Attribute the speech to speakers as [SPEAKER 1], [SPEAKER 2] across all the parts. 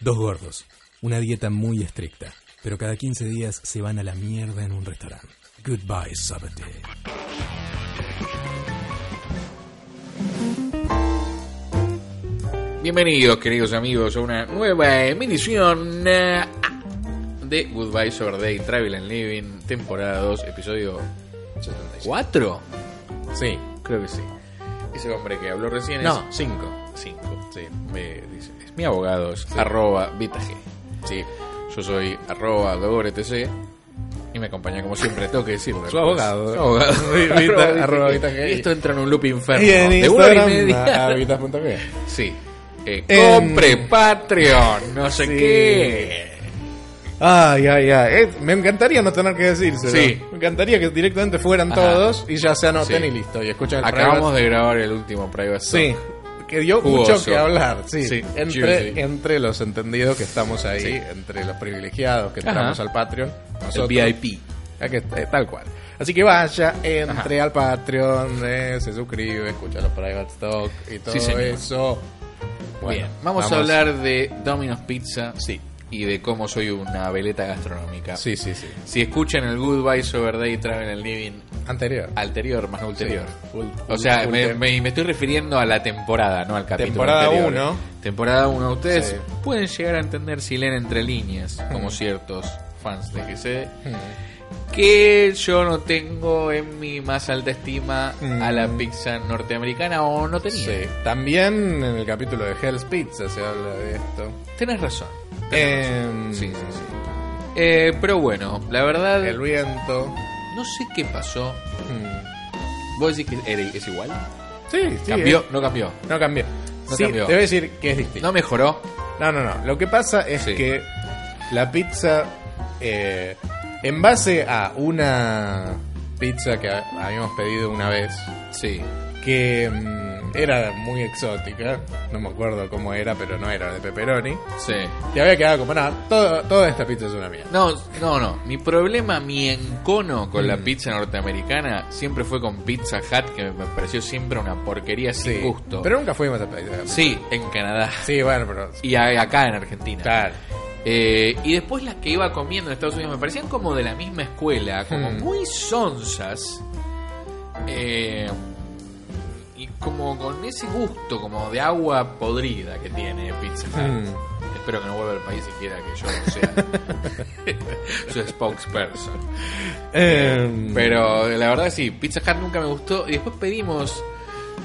[SPEAKER 1] Dos gordos, una dieta muy estricta, pero cada 15 días se van a la mierda en un restaurante. Goodbye, Sabate.
[SPEAKER 2] Bienvenidos, queridos amigos, a una nueva emisión eh, de Goodbye Sober Day Travel and Living, temporada 2, episodio 4.
[SPEAKER 1] Sí.
[SPEAKER 2] Creo que sí. Ese hombre que habló recién
[SPEAKER 1] No,
[SPEAKER 2] es.
[SPEAKER 1] 5.
[SPEAKER 2] 5. Sí, me dice. Es mi abogado, es arroba VitaG. Sí, yo soy arroba Gabor etc. Y me acompaña como siempre, tengo que decirlo.
[SPEAKER 1] Su
[SPEAKER 2] pues.
[SPEAKER 1] abogado.
[SPEAKER 2] Su abogado.
[SPEAKER 1] Vita-
[SPEAKER 2] Arroba
[SPEAKER 1] arroba
[SPEAKER 2] Vita G.
[SPEAKER 1] VitaG.
[SPEAKER 2] Y esto entra en ah, un loop inferno.
[SPEAKER 1] Y en
[SPEAKER 2] de una hora y
[SPEAKER 1] Instagram,
[SPEAKER 2] media.
[SPEAKER 1] a- a vitas.g.
[SPEAKER 2] Sí. Eh,
[SPEAKER 3] Em.
[SPEAKER 2] compre Patreon, no sé
[SPEAKER 3] Sí.
[SPEAKER 2] qué.
[SPEAKER 3] Ay, ay, ay. Eh, me encantaría no tener que decírselo.
[SPEAKER 2] Sí.
[SPEAKER 3] Me encantaría que directamente fueran
[SPEAKER 2] Ajá.
[SPEAKER 3] todos y ya se anoten
[SPEAKER 2] Sí.
[SPEAKER 3] y listo. Y escuchan el
[SPEAKER 2] Acabamos
[SPEAKER 3] private.
[SPEAKER 2] de grabar el último Private
[SPEAKER 3] Sí. Que dio
[SPEAKER 2] Jugoso.
[SPEAKER 3] mucho que hablar. Sí.
[SPEAKER 2] Sí,
[SPEAKER 3] Entre,
[SPEAKER 2] juicy.
[SPEAKER 3] entre los entendidos que estamos ahí,
[SPEAKER 2] Sí.
[SPEAKER 3] entre los privilegiados que
[SPEAKER 2] Ajá.
[SPEAKER 3] entramos al Patreon.
[SPEAKER 2] el
[SPEAKER 3] Nosotros,
[SPEAKER 2] VIP.
[SPEAKER 3] Ya que, eh, tal cual. Así que vaya, entre al Patreon, eh, se suscribe, escucha los private talk y todo
[SPEAKER 2] Sí, señor.
[SPEAKER 3] eso.
[SPEAKER 2] Bien, vamos, a hablar de Domino's Pizza sí. y de cómo soy una veleta gastronómica.
[SPEAKER 3] Sí, sí, sí.
[SPEAKER 2] Si escuchan el Goodbye Sober Day Travel and Living
[SPEAKER 3] Anterior.
[SPEAKER 2] anterior, más ulterior.
[SPEAKER 3] Ul-
[SPEAKER 2] O sea,
[SPEAKER 3] ul-
[SPEAKER 2] me,
[SPEAKER 3] ultem-
[SPEAKER 2] me- me estoy refiriendo a la temporada, no al capítulo.
[SPEAKER 3] Temporada
[SPEAKER 2] anterior.
[SPEAKER 3] uno.
[SPEAKER 2] Temporada 1. Ustedes
[SPEAKER 3] Sí.
[SPEAKER 2] pueden llegar a entender si leen entre líneas, como ciertos fans de GC,
[SPEAKER 3] Mm.
[SPEAKER 2] que yo no tengo en mi más alta estima a la
[SPEAKER 3] Mm.
[SPEAKER 2] pizza norteamericana o no tenía.
[SPEAKER 3] Sí. Eh, También en el capítulo de Hell's Pizza se habla de esto.
[SPEAKER 2] Tenés razón.
[SPEAKER 3] Em,
[SPEAKER 2] Sí, sí, sí. Eh, pero bueno, la verdad,
[SPEAKER 3] El viento.
[SPEAKER 2] no sé qué pasó.
[SPEAKER 3] Mm.
[SPEAKER 2] ¿Vos decís que era- es igual?
[SPEAKER 3] Sí, sí.
[SPEAKER 2] ¿Cambió?
[SPEAKER 3] eh.
[SPEAKER 2] No cambió.
[SPEAKER 3] No cambió.
[SPEAKER 2] No
[SPEAKER 3] sí,
[SPEAKER 2] cambió.
[SPEAKER 3] Te voy a decir que es distinto.
[SPEAKER 2] No mejoró.
[SPEAKER 3] No, no, no. Lo que pasa es
[SPEAKER 2] Sí.
[SPEAKER 3] que la pizza, eh, en base a una pizza que ha- habíamos pedido una vez,
[SPEAKER 2] Sí.
[SPEAKER 3] que mm, era muy exótica, no me acuerdo cómo era, pero no era de pepperoni,
[SPEAKER 2] Sí.
[SPEAKER 3] te había quedado como, no, todo- toda esta pizza es una mierda.
[SPEAKER 2] No, no, no. Mi problema, mi encono con la
[SPEAKER 3] Mm.
[SPEAKER 2] pizza norteamericana siempre fue con Pizza Hut, que me pareció siempre una porquería sin
[SPEAKER 3] Sí.
[SPEAKER 2] gusto.
[SPEAKER 3] Pero nunca fuimos a Pizza Hut.
[SPEAKER 2] Sí, en Canadá.
[SPEAKER 3] Sí, bueno, pero.
[SPEAKER 2] Y a- acá en Argentina.
[SPEAKER 3] Claro.
[SPEAKER 2] Eh, y después las que iba comiendo en Estados Unidos me parecían como de la misma escuela, como
[SPEAKER 3] Hmm.
[SPEAKER 2] muy sonzas. eh, y como con ese gusto, como de agua podrida que tiene Pizza Hut.
[SPEAKER 3] Mm.
[SPEAKER 2] Espero que no vuelva al país siquiera que yo sea su spokesperson.
[SPEAKER 3] Eh,
[SPEAKER 2] Pero la verdad sí, Pizza Hut nunca me gustó. Y después pedimos.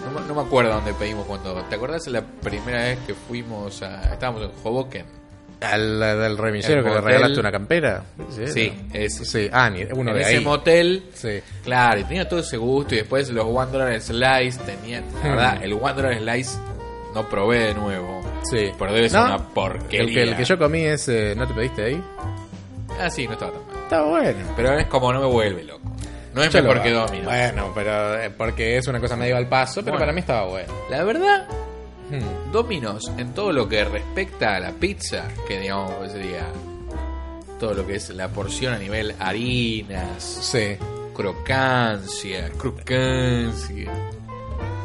[SPEAKER 2] No, me- no me acuerdo dónde pedimos cuando. ¿Te acordás la primera vez que fuimos a. Estábamos en Hoboken?
[SPEAKER 3] Al del remisero
[SPEAKER 2] El
[SPEAKER 3] que le
[SPEAKER 2] motel.
[SPEAKER 3] regalaste una campera. Sí,
[SPEAKER 2] Sí, ese.
[SPEAKER 3] Sí, ah, ni- uno
[SPEAKER 2] en
[SPEAKER 3] de
[SPEAKER 2] ese
[SPEAKER 3] ahí.
[SPEAKER 2] motel.
[SPEAKER 3] Sí.
[SPEAKER 2] Claro, y tenía todo ese gusto. Y después los One Dollar Slice. Tenía.
[SPEAKER 3] Hmm.
[SPEAKER 2] La verdad, el One Dollar Slice no probé de nuevo.
[SPEAKER 3] Sí.
[SPEAKER 2] Pero debe ser
[SPEAKER 3] No,
[SPEAKER 2] una porquería.
[SPEAKER 3] El que, el que yo comí es. eh, ¿No te pediste ahí?
[SPEAKER 2] Ah, sí, no estaba tan mal.
[SPEAKER 3] Está bueno.
[SPEAKER 2] Pero es como no me vuelve loco. No es
[SPEAKER 3] Yo lo
[SPEAKER 2] mejor que
[SPEAKER 3] hago.
[SPEAKER 2] Domino.
[SPEAKER 3] Bueno, pero. eh, porque es una cosa medio al paso, pero
[SPEAKER 2] Bueno.
[SPEAKER 3] para mí estaba bueno.
[SPEAKER 2] La verdad,
[SPEAKER 3] Hmm.
[SPEAKER 2] Domino's en todo lo que respecta a la pizza, que digamos pues, sería todo lo que es la porción a nivel harinas,
[SPEAKER 3] Sí.
[SPEAKER 2] crocancia, crocancia.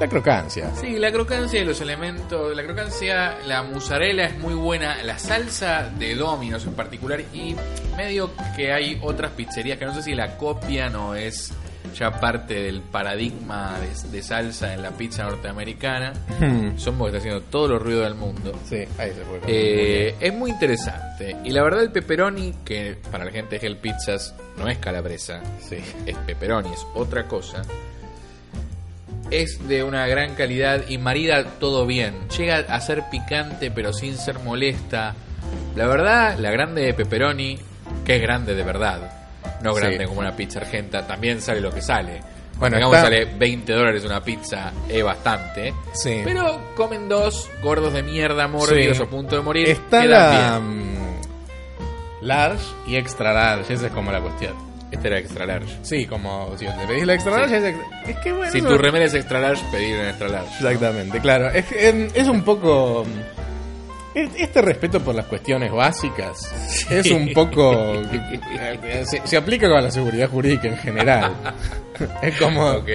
[SPEAKER 3] La crocancia.
[SPEAKER 2] Sí, la crocancia de los elementos, la crocancia, la mozzarella es muy buena, la salsa de Domino's en particular y medio que hay otras pizzerías que no sé si la copian o es ya parte del paradigma de, de salsa en la pizza norteamericana.
[SPEAKER 3] Hmm.
[SPEAKER 2] Somos que está haciendo todo los ruido del mundo.
[SPEAKER 3] Sí, ahí se puede.
[SPEAKER 2] Eh, es muy interesante. Y la verdad, el pepperoni, que para la gente de Hell Pizzas no es calabresa,
[SPEAKER 3] Sí.
[SPEAKER 2] es pepperoni, es otra cosa. Es de una gran calidad y marida todo bien. Llega a ser picante, pero sin ser molesta. La verdad, la grande de pepperoni, que es grande de verdad, no
[SPEAKER 3] Sí.
[SPEAKER 2] grande como una pizza argenta, también sale lo que sale.
[SPEAKER 3] Bueno,
[SPEAKER 2] Digamos,
[SPEAKER 3] está-
[SPEAKER 2] sale 20 dólares una pizza, es bastante.
[SPEAKER 3] Sí.
[SPEAKER 2] Pero comen dos gordos de mierda, mórbidos
[SPEAKER 3] Sí.
[SPEAKER 2] a punto de morir.
[SPEAKER 3] Está la
[SPEAKER 2] quedan
[SPEAKER 3] mm, large y extra large, esa es como la cuestión.
[SPEAKER 2] bien. Este era extra large.
[SPEAKER 3] Sí, como si te pedís la extra
[SPEAKER 2] Sí.
[SPEAKER 3] large, es, ex- es que bueno.
[SPEAKER 2] Si
[SPEAKER 3] eso-
[SPEAKER 2] tu remera es extra large, pedir una extra large.
[SPEAKER 3] Exactamente, claro. Es, que, em, es un poco. es- Este respeto por las cuestiones básicas es un poco. se, se aplica con la seguridad jurídica en general. es como.
[SPEAKER 2] Ok.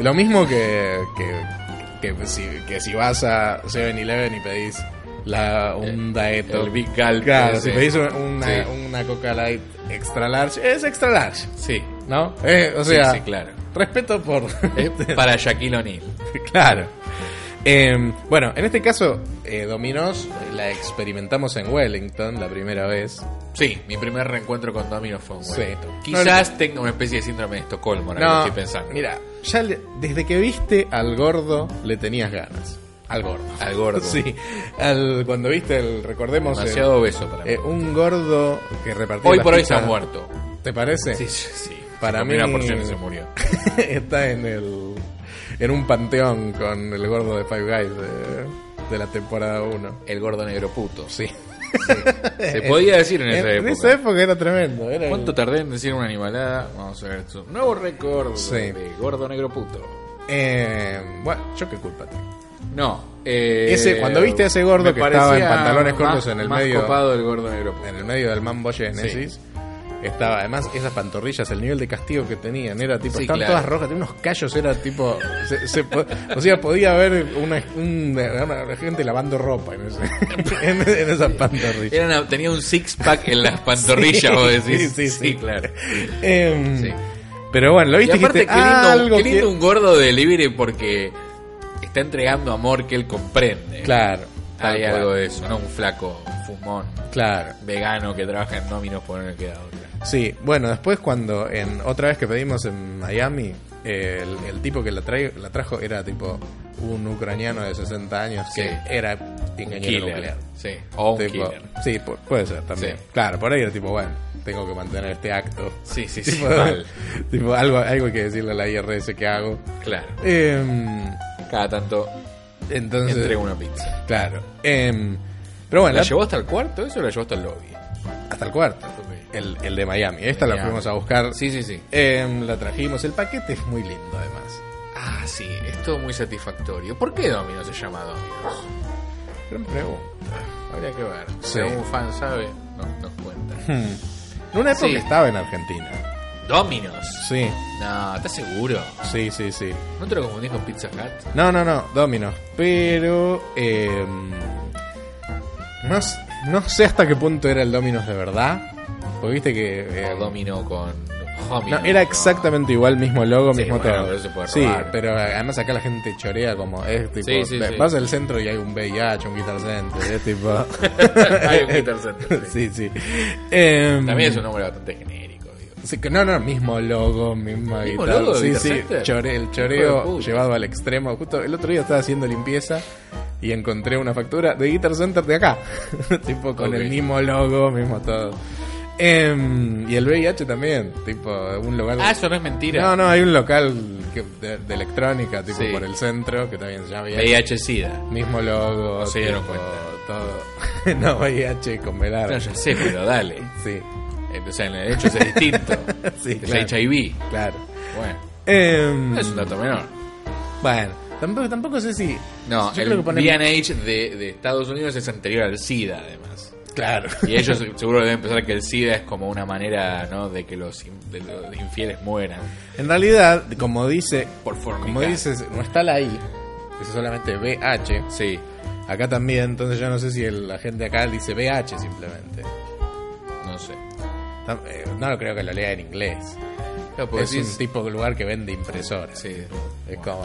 [SPEAKER 3] Lo mismo que, que, que si, que si vas a 7-Eleven y pedís la, un Daeto.
[SPEAKER 2] el Big Gulp
[SPEAKER 3] Claro,
[SPEAKER 2] ese.
[SPEAKER 3] si pedís una, una,
[SPEAKER 2] Sí.
[SPEAKER 3] una Coca Light extra large, es extra large,
[SPEAKER 2] Sí.
[SPEAKER 3] ¿no? Eh, o
[SPEAKER 2] Sí,
[SPEAKER 3] sea, este-
[SPEAKER 2] sí, claro.
[SPEAKER 3] respeto por.
[SPEAKER 2] Es para Shaquille O'Neal.
[SPEAKER 3] Claro. Eh, bueno, en este caso, eh, Dominos eh, la experimentamos en Wellington la primera vez.
[SPEAKER 2] Sí, mi primer reencuentro con Domino fue un
[SPEAKER 3] Sí.
[SPEAKER 2] Wellington.
[SPEAKER 3] No,
[SPEAKER 2] Quizás tenga una especie de síndrome de Estocolmo, ahora que lo estoy pensando.
[SPEAKER 3] mira, ya le- desde que viste al gordo le tenías ganas. Al gordo.
[SPEAKER 2] Al gordo.
[SPEAKER 3] Sí, al- cuando viste el, recordemos, el-
[SPEAKER 2] Demasiado obeso para mí.
[SPEAKER 3] eh, un gordo que repartía
[SPEAKER 2] hoy
[SPEAKER 3] las
[SPEAKER 2] por hoy se
[SPEAKER 3] pizzas.
[SPEAKER 2] ha muerto.
[SPEAKER 3] ¿Te parece?
[SPEAKER 2] Sí, sí, sí.
[SPEAKER 3] Para
[SPEAKER 2] Se comió una
[SPEAKER 3] mí-
[SPEAKER 2] porción y se murió.
[SPEAKER 3] Está en el en un panteón con el gordo de Five Guys de, de la temporada 1.
[SPEAKER 2] El gordo negro puto.
[SPEAKER 3] Sí.
[SPEAKER 2] Se podía decir en esa
[SPEAKER 3] En-
[SPEAKER 2] época.
[SPEAKER 3] esa época era tremendo. Era el-
[SPEAKER 2] ¿Cuánto tardé en decir una animalada? Vamos a ver esto. Nuevo récord
[SPEAKER 3] Sí.
[SPEAKER 2] de gordo negro puto.
[SPEAKER 3] Eh, bueno, yo qué culpa tengo.
[SPEAKER 2] No. eh,
[SPEAKER 3] Ese- cuando viste a ese gordo
[SPEAKER 2] me
[SPEAKER 3] que estaba en
[SPEAKER 2] parecía
[SPEAKER 3] pantalones
[SPEAKER 2] más-
[SPEAKER 3] cortos en el
[SPEAKER 2] más
[SPEAKER 3] medio-
[SPEAKER 2] copado el gordo negro puto.
[SPEAKER 3] En el medio del Mambo Genesis. Estaba, además, esas pantorrillas, el nivel de castigo que tenían, era tipo,
[SPEAKER 2] Sí,
[SPEAKER 3] estaban
[SPEAKER 2] claro.
[SPEAKER 3] todas rojas, tenía unos callos, era tipo, se- se po- o sea, podía haber una, una- una gente lavando ropa en, ese- en- en esas pantorrillas.
[SPEAKER 2] Eran- tenía un six pack en las pantorrillas, vos
[SPEAKER 3] sí,
[SPEAKER 2] decís.
[SPEAKER 3] sí, sí.
[SPEAKER 2] claro.
[SPEAKER 3] Em,
[SPEAKER 2] Sí.
[SPEAKER 3] Pero bueno, lo
[SPEAKER 2] Y
[SPEAKER 3] viste
[SPEAKER 2] aparte,
[SPEAKER 3] dijiste,
[SPEAKER 2] qué lindo,
[SPEAKER 3] "Ah, algo
[SPEAKER 2] qué lindo
[SPEAKER 3] que-".
[SPEAKER 2] un gordo de libre porque está entregando amor que él comprende.
[SPEAKER 3] Claro, tal
[SPEAKER 2] Hay
[SPEAKER 3] cual.
[SPEAKER 2] algo de eso, ¿no? Un flaco fumón
[SPEAKER 3] Claro.
[SPEAKER 2] vegano que trabaja en nóminos por no le queda otra.
[SPEAKER 3] Sí, bueno, después cuando en otra vez que pedimos en Miami, eh, el, el tipo que la, trae- la trajo era tipo un ucraniano de 60 años que
[SPEAKER 2] Sí.
[SPEAKER 3] era
[SPEAKER 2] Un
[SPEAKER 3] ingeniero
[SPEAKER 2] killer.
[SPEAKER 3] nuclear.
[SPEAKER 2] Sí. O un
[SPEAKER 3] Tipo,
[SPEAKER 2] killer.
[SPEAKER 3] sí, pu- puede ser también.
[SPEAKER 2] Sí.
[SPEAKER 3] Claro, por ahí era tipo, bueno, tengo que mantener este acto.
[SPEAKER 2] Sí, sí, sí.
[SPEAKER 3] tipo,
[SPEAKER 2] mal.
[SPEAKER 3] tipo, algo, algo hay que decirle a la IRS que hago.
[SPEAKER 2] Claro.
[SPEAKER 3] Em,
[SPEAKER 2] Cada tanto
[SPEAKER 3] entonces,
[SPEAKER 2] entrega una pizza.
[SPEAKER 3] claro. Em, pero bueno,
[SPEAKER 2] ¿La
[SPEAKER 3] la-
[SPEAKER 2] llevó hasta el cuarto eso o la llevó hasta el lobby?
[SPEAKER 3] hasta el cuarto. El, el de Miami. Esta
[SPEAKER 2] El
[SPEAKER 3] la
[SPEAKER 2] Miami.
[SPEAKER 3] fuimos a buscar.
[SPEAKER 2] Sí, sí, sí.
[SPEAKER 3] Em, la trajimos. El paquete es muy lindo, además.
[SPEAKER 2] Ah, sí. Es todo muy satisfactorio. ¿Por qué Domino se llama Domino? Ah,
[SPEAKER 3] Gran pregunta.
[SPEAKER 2] Habría que ver.
[SPEAKER 3] Sí. Hmm.
[SPEAKER 2] Si algún fan sabe, no- nos cuenta.
[SPEAKER 3] En una época
[SPEAKER 2] Sí.
[SPEAKER 3] estaba en Argentina.
[SPEAKER 2] ¿Dominos?
[SPEAKER 3] Sí,
[SPEAKER 2] No, ¿estás seguro?
[SPEAKER 3] sí, sí, sí.
[SPEAKER 2] ¿No te lo confundís con Pizza Hut?
[SPEAKER 3] No, no, no, Domino. Pero. em, no, s- no sé hasta qué punto era el Dominos de verdad. Porque viste que.
[SPEAKER 2] O
[SPEAKER 3] em,
[SPEAKER 2] Domino con Homino.
[SPEAKER 3] no, era exactamente igual, mismo logo,
[SPEAKER 2] Sí,
[SPEAKER 3] mismo
[SPEAKER 2] bueno,
[SPEAKER 3] todo.
[SPEAKER 2] pero se puede
[SPEAKER 3] sí,
[SPEAKER 2] robar.
[SPEAKER 3] pero además acá la gente chorea como es tipo,
[SPEAKER 2] Sí, sí,
[SPEAKER 3] ve-
[SPEAKER 2] sí.
[SPEAKER 3] vas al centro y hay un VIH, un Guitar Center, es tipo.
[SPEAKER 2] Hay un Guitar Center, sí.
[SPEAKER 3] sí, sí. Em,
[SPEAKER 2] También es un nombre bastante genérico, digo.
[SPEAKER 3] Sí, que- no, no, mismo logo, misma
[SPEAKER 2] ¿Mismo
[SPEAKER 3] guitarra.
[SPEAKER 2] logo de
[SPEAKER 3] sí,
[SPEAKER 2] Guitar
[SPEAKER 3] sí,
[SPEAKER 2] Center?
[SPEAKER 3] chore- el
[SPEAKER 2] Hijo de
[SPEAKER 3] choreo
[SPEAKER 2] puta.
[SPEAKER 3] llevado al extremo. Justo el otro día estaba haciendo limpieza y encontré una factura de Guitar Center de acá. tipo con
[SPEAKER 2] Ok.
[SPEAKER 3] el mismo logo, mismo todo. Em, y el VIH también, tipo un lugar...
[SPEAKER 2] Ah, eso no es mentira.
[SPEAKER 3] no, no, hay un local que- de, de electrónica, tipo
[SPEAKER 2] Sí.
[SPEAKER 3] por el centro, que también se llama VIH.
[SPEAKER 2] VIH-Sida.
[SPEAKER 3] Mismo logo,
[SPEAKER 2] No se dieron
[SPEAKER 3] tipo,
[SPEAKER 2] cuenta.
[SPEAKER 3] todo. no, VIH con velar.
[SPEAKER 2] No, ya sé, pero dale.
[SPEAKER 3] Sí,
[SPEAKER 2] Eh, O sea, en el hecho es distinto. Este
[SPEAKER 3] Sí,
[SPEAKER 2] es
[SPEAKER 3] claro.
[SPEAKER 2] HIV.
[SPEAKER 3] claro.
[SPEAKER 2] Bueno,
[SPEAKER 3] Em,
[SPEAKER 2] no es un dato menor.
[SPEAKER 3] Bueno, tampoco, tampoco sé si.
[SPEAKER 2] No,
[SPEAKER 3] yo
[SPEAKER 2] el
[SPEAKER 3] creo que ponen-
[SPEAKER 2] VIH de, de Estados Unidos es anterior al SIDA, además.
[SPEAKER 3] Claro.
[SPEAKER 2] Y ellos seguro deben pensar que el SIDA es como una manera, ¿no? De que los, in- de los infieles mueran.
[SPEAKER 3] En realidad, como dice.
[SPEAKER 2] Por fornicar.
[SPEAKER 3] Como dices, no está la I. Es solamente BH.
[SPEAKER 2] Sí.
[SPEAKER 3] Acá también, entonces yo no sé si el- la gente acá dice BH simplemente.
[SPEAKER 2] No sé.
[SPEAKER 3] Tam- eh, No lo creo que lo lea en inglés.
[SPEAKER 2] Claro, porque
[SPEAKER 3] es
[SPEAKER 2] decís-
[SPEAKER 3] un tipo de lugar que vende impresoras.
[SPEAKER 2] Sí.
[SPEAKER 3] Es como.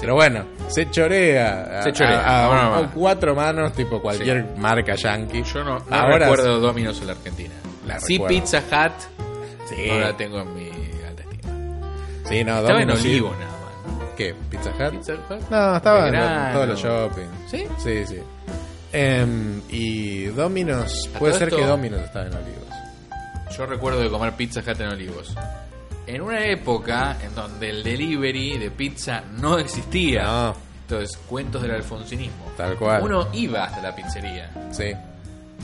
[SPEAKER 3] Pero bueno, se chorea. a-
[SPEAKER 2] Se chorea,
[SPEAKER 3] A, a-
[SPEAKER 2] bueno,
[SPEAKER 3] a
[SPEAKER 2] bueno.
[SPEAKER 3] cuatro manos, tipo cualquier marca yankee.
[SPEAKER 2] Yo no, no
[SPEAKER 3] Ahora-
[SPEAKER 2] Ah, recuerdo Domino's en la Argentina.
[SPEAKER 3] La
[SPEAKER 2] sí,
[SPEAKER 3] recuerdo.
[SPEAKER 2] Pizza Hut.
[SPEAKER 3] Sí,
[SPEAKER 2] No la tengo en mi alta estima.
[SPEAKER 3] sí, no,
[SPEAKER 2] Estaba en
[SPEAKER 3] Domino's sí.
[SPEAKER 2] Olivo nada más. ¿no?
[SPEAKER 3] ¿Qué? ¿Pizza Hut?
[SPEAKER 2] Pizza Hut.
[SPEAKER 3] No, estaba en
[SPEAKER 2] Belgrano.
[SPEAKER 3] todos los shopping.
[SPEAKER 2] ¿Sí?
[SPEAKER 3] Sí, sí. Em, y Dominos.
[SPEAKER 2] A
[SPEAKER 3] Puede
[SPEAKER 2] todo
[SPEAKER 3] ser que
[SPEAKER 2] esto-
[SPEAKER 3] Dominos estaba en Olivos.
[SPEAKER 2] Yo recuerdo de comer Pizza Hut en Olivos. en una época en donde el delivery de pizza no existía.
[SPEAKER 3] No.
[SPEAKER 2] Entonces, cuentos del alfonsinismo.
[SPEAKER 3] Ah. Tal cual.
[SPEAKER 2] Uno iba hasta la pizzería,
[SPEAKER 3] Sí.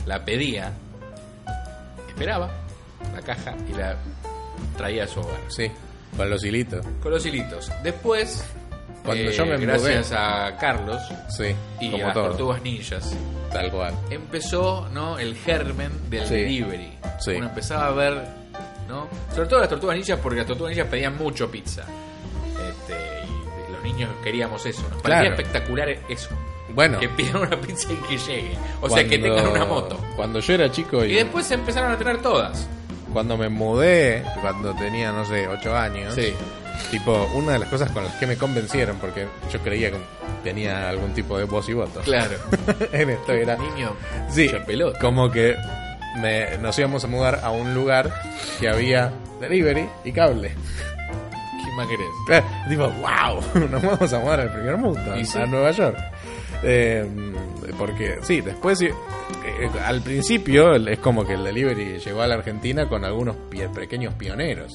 [SPEAKER 2] la pedía, esperaba la caja y la traía a su hogar.
[SPEAKER 3] Sí. Con los hilitos.
[SPEAKER 2] Con los hilitos. Después, eh,
[SPEAKER 3] Cuando yo me mudé-
[SPEAKER 2] gracias a Carlos
[SPEAKER 3] Sí.
[SPEAKER 2] y a
[SPEAKER 3] como
[SPEAKER 2] las
[SPEAKER 3] todo.
[SPEAKER 2] tortugas ninjas,
[SPEAKER 3] Tal cual.
[SPEAKER 2] empezó ¿no? el germen del
[SPEAKER 3] Sí.
[SPEAKER 2] delivery.
[SPEAKER 3] Sí.
[SPEAKER 2] Uno empezaba a ver, ¿no? Sobre todo las tortugas ninjas, porque las tortugas ninjas pedían mucho pizza. Este, y los niños queríamos eso. Nos parecía
[SPEAKER 3] Claro.
[SPEAKER 2] espectacular eso.
[SPEAKER 3] Bueno.
[SPEAKER 2] Que pidan una pizza y que llegue. O sea, que
[SPEAKER 3] cuando-
[SPEAKER 2] tengan una moto.
[SPEAKER 3] Cuando yo era chico y,
[SPEAKER 2] Y después se empezaron a tener todas.
[SPEAKER 3] cuando me mudé, cuando tenía, no sé, 8 años.
[SPEAKER 2] Sí.
[SPEAKER 3] Tipo, una de las cosas con las que me convencieron, porque yo creía que tenía algún tipo de voz y voto.
[SPEAKER 2] Claro.
[SPEAKER 3] en esto era.
[SPEAKER 2] Niño,
[SPEAKER 3] Sí,
[SPEAKER 2] mucha pelota.
[SPEAKER 3] como que me- nos íbamos a mudar a un lugar que había delivery y cable.
[SPEAKER 2] ¿Qué más querés?
[SPEAKER 3] Claro, Digo, wow, nos vamos a mudar al primer mundo,
[SPEAKER 2] Y sí.
[SPEAKER 3] a Nueva York. Eh, porque sí, después eh, eh, al principio el- es como que el delivery llegó a la Argentina con algunos pie- pequeños pioneros.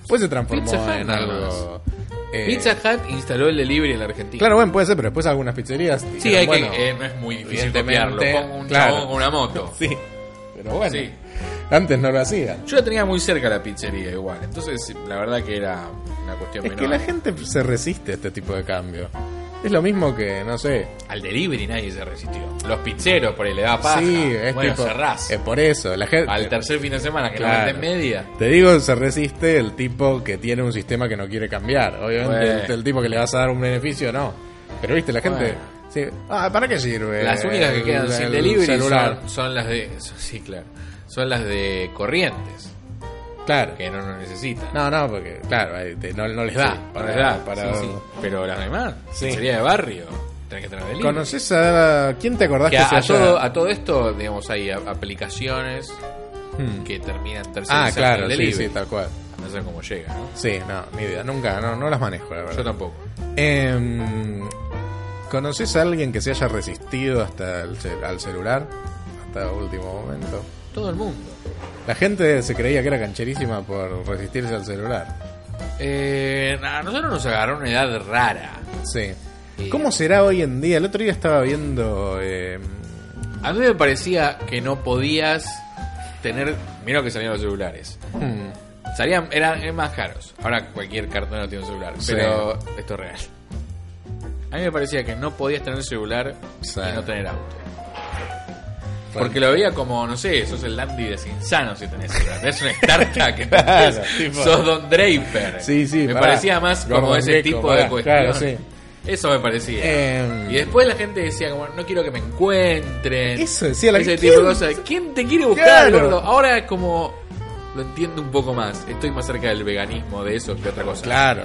[SPEAKER 3] Después se transformó
[SPEAKER 2] Pizza Hut
[SPEAKER 3] en
[SPEAKER 2] nada
[SPEAKER 3] algo. eh,
[SPEAKER 2] Pizza Hut instaló el delivery en la Argentina.
[SPEAKER 3] Claro, bueno, puede ser, pero después algunas pizzerías.
[SPEAKER 2] Sí,
[SPEAKER 3] dijeron,
[SPEAKER 2] hay
[SPEAKER 3] bueno,
[SPEAKER 2] que, eh, no es muy difícil copiarlo.
[SPEAKER 3] evidentemente,
[SPEAKER 2] Pongo un
[SPEAKER 3] claro.
[SPEAKER 2] chabón con una moto.
[SPEAKER 3] Sí, pero bueno,
[SPEAKER 2] Sí.
[SPEAKER 3] antes no lo hacían.
[SPEAKER 2] Yo la tenía muy cerca la pizzería igual, entonces la verdad que era una cuestión
[SPEAKER 3] Es
[SPEAKER 2] menor.
[SPEAKER 3] que la gente se resiste a este tipo de cambio. Es lo mismo que, no sé.
[SPEAKER 2] Al delivery nadie se resistió. Los pizzeros por ahí le da paja.
[SPEAKER 3] Sí, es
[SPEAKER 2] bueno,
[SPEAKER 3] tipo.
[SPEAKER 2] cerrás.
[SPEAKER 3] Es por eso. La gente,
[SPEAKER 2] Al tercer fin de semana que
[SPEAKER 3] Claro.
[SPEAKER 2] la venden media.
[SPEAKER 3] Te digo, se resiste el tipo que tiene un sistema que no quiere cambiar. Obviamente,
[SPEAKER 2] Bueno.
[SPEAKER 3] el, el tipo que le vas a dar un beneficio, no. Pero viste, la gente.
[SPEAKER 2] Bueno.
[SPEAKER 3] sí, Ah, ¿para qué sirve?
[SPEAKER 2] Las únicas que
[SPEAKER 3] el-
[SPEAKER 2] quedan sin
[SPEAKER 3] el
[SPEAKER 2] delivery
[SPEAKER 3] celular?
[SPEAKER 2] son, son las de... son- sí, claro. Son las de Corrientes,
[SPEAKER 3] Claro.
[SPEAKER 2] que no lo necesitan.
[SPEAKER 3] No, no, porque, claro, ahí te- no, no les da.
[SPEAKER 2] Sí, para, para, sí, sí. Pero las demás,
[SPEAKER 3] Sí.
[SPEAKER 2] pizzería de barrio, tenés que tener delivery.
[SPEAKER 3] ¿Conoces a. ¿Quién te acordás que,
[SPEAKER 2] Que a,
[SPEAKER 3] se
[SPEAKER 2] a
[SPEAKER 3] haya-
[SPEAKER 2] todo, a todo esto, digamos, hay a- aplicaciones
[SPEAKER 3] Hmm.
[SPEAKER 2] que terminan tercerizando
[SPEAKER 3] Ah, claro,
[SPEAKER 2] el
[SPEAKER 3] sí,
[SPEAKER 2] delivery.
[SPEAKER 3] sí, tal cual.
[SPEAKER 2] No sé cómo llega, ¿no?
[SPEAKER 3] Sí, no, ni idea. Nunca, no, no las manejo, la verdad.
[SPEAKER 2] Yo tampoco.
[SPEAKER 3] Em, ¿Conoces a alguien que se haya resistido hasta el cel- al celular? Hasta último momento.
[SPEAKER 2] Todo el mundo.
[SPEAKER 3] La gente se creía que era cancherísima por resistirse al celular.
[SPEAKER 2] Eh, a nosotros nos agarró una edad rara.
[SPEAKER 3] Sí.
[SPEAKER 2] Sí.
[SPEAKER 3] ¿Cómo será hoy en día? El otro día estaba viendo... em,
[SPEAKER 2] A mí me parecía que no podías tener. Mira que salían los celulares.
[SPEAKER 3] hmm,
[SPEAKER 2] Salían, eran, eran más caros. Ahora cualquier cartonero tiene un celular.
[SPEAKER 3] Sí.
[SPEAKER 2] Pero esto es real. A mí me parecía que no podías tener celular
[SPEAKER 3] Sí.
[SPEAKER 2] y no tener auto. Porque lo veía como, no sé, sos el dandy de Sinsano si tenés celular. Es una startup que
[SPEAKER 3] Claro, tipo-
[SPEAKER 2] sos Don Draper.
[SPEAKER 3] Sí, sí,
[SPEAKER 2] Me
[SPEAKER 3] pará.
[SPEAKER 2] parecía más como
[SPEAKER 3] Gordon
[SPEAKER 2] ese
[SPEAKER 3] Gekko,
[SPEAKER 2] tipo
[SPEAKER 3] pará,
[SPEAKER 2] de cuestión.
[SPEAKER 3] claro, sí.
[SPEAKER 2] Eso me parecía.
[SPEAKER 3] Em.
[SPEAKER 2] y después la gente decía como, no quiero que me encuentren.
[SPEAKER 3] Eso decía la-
[SPEAKER 2] Ese
[SPEAKER 3] ¿quién-
[SPEAKER 2] tipo de cosas. ¿Quién te quiere buscar,
[SPEAKER 3] Claro.
[SPEAKER 2] gordo? Ahora es como, lo entiendo un poco más. Estoy más cerca del veganismo, de eso, que otra cosa.
[SPEAKER 3] Claro.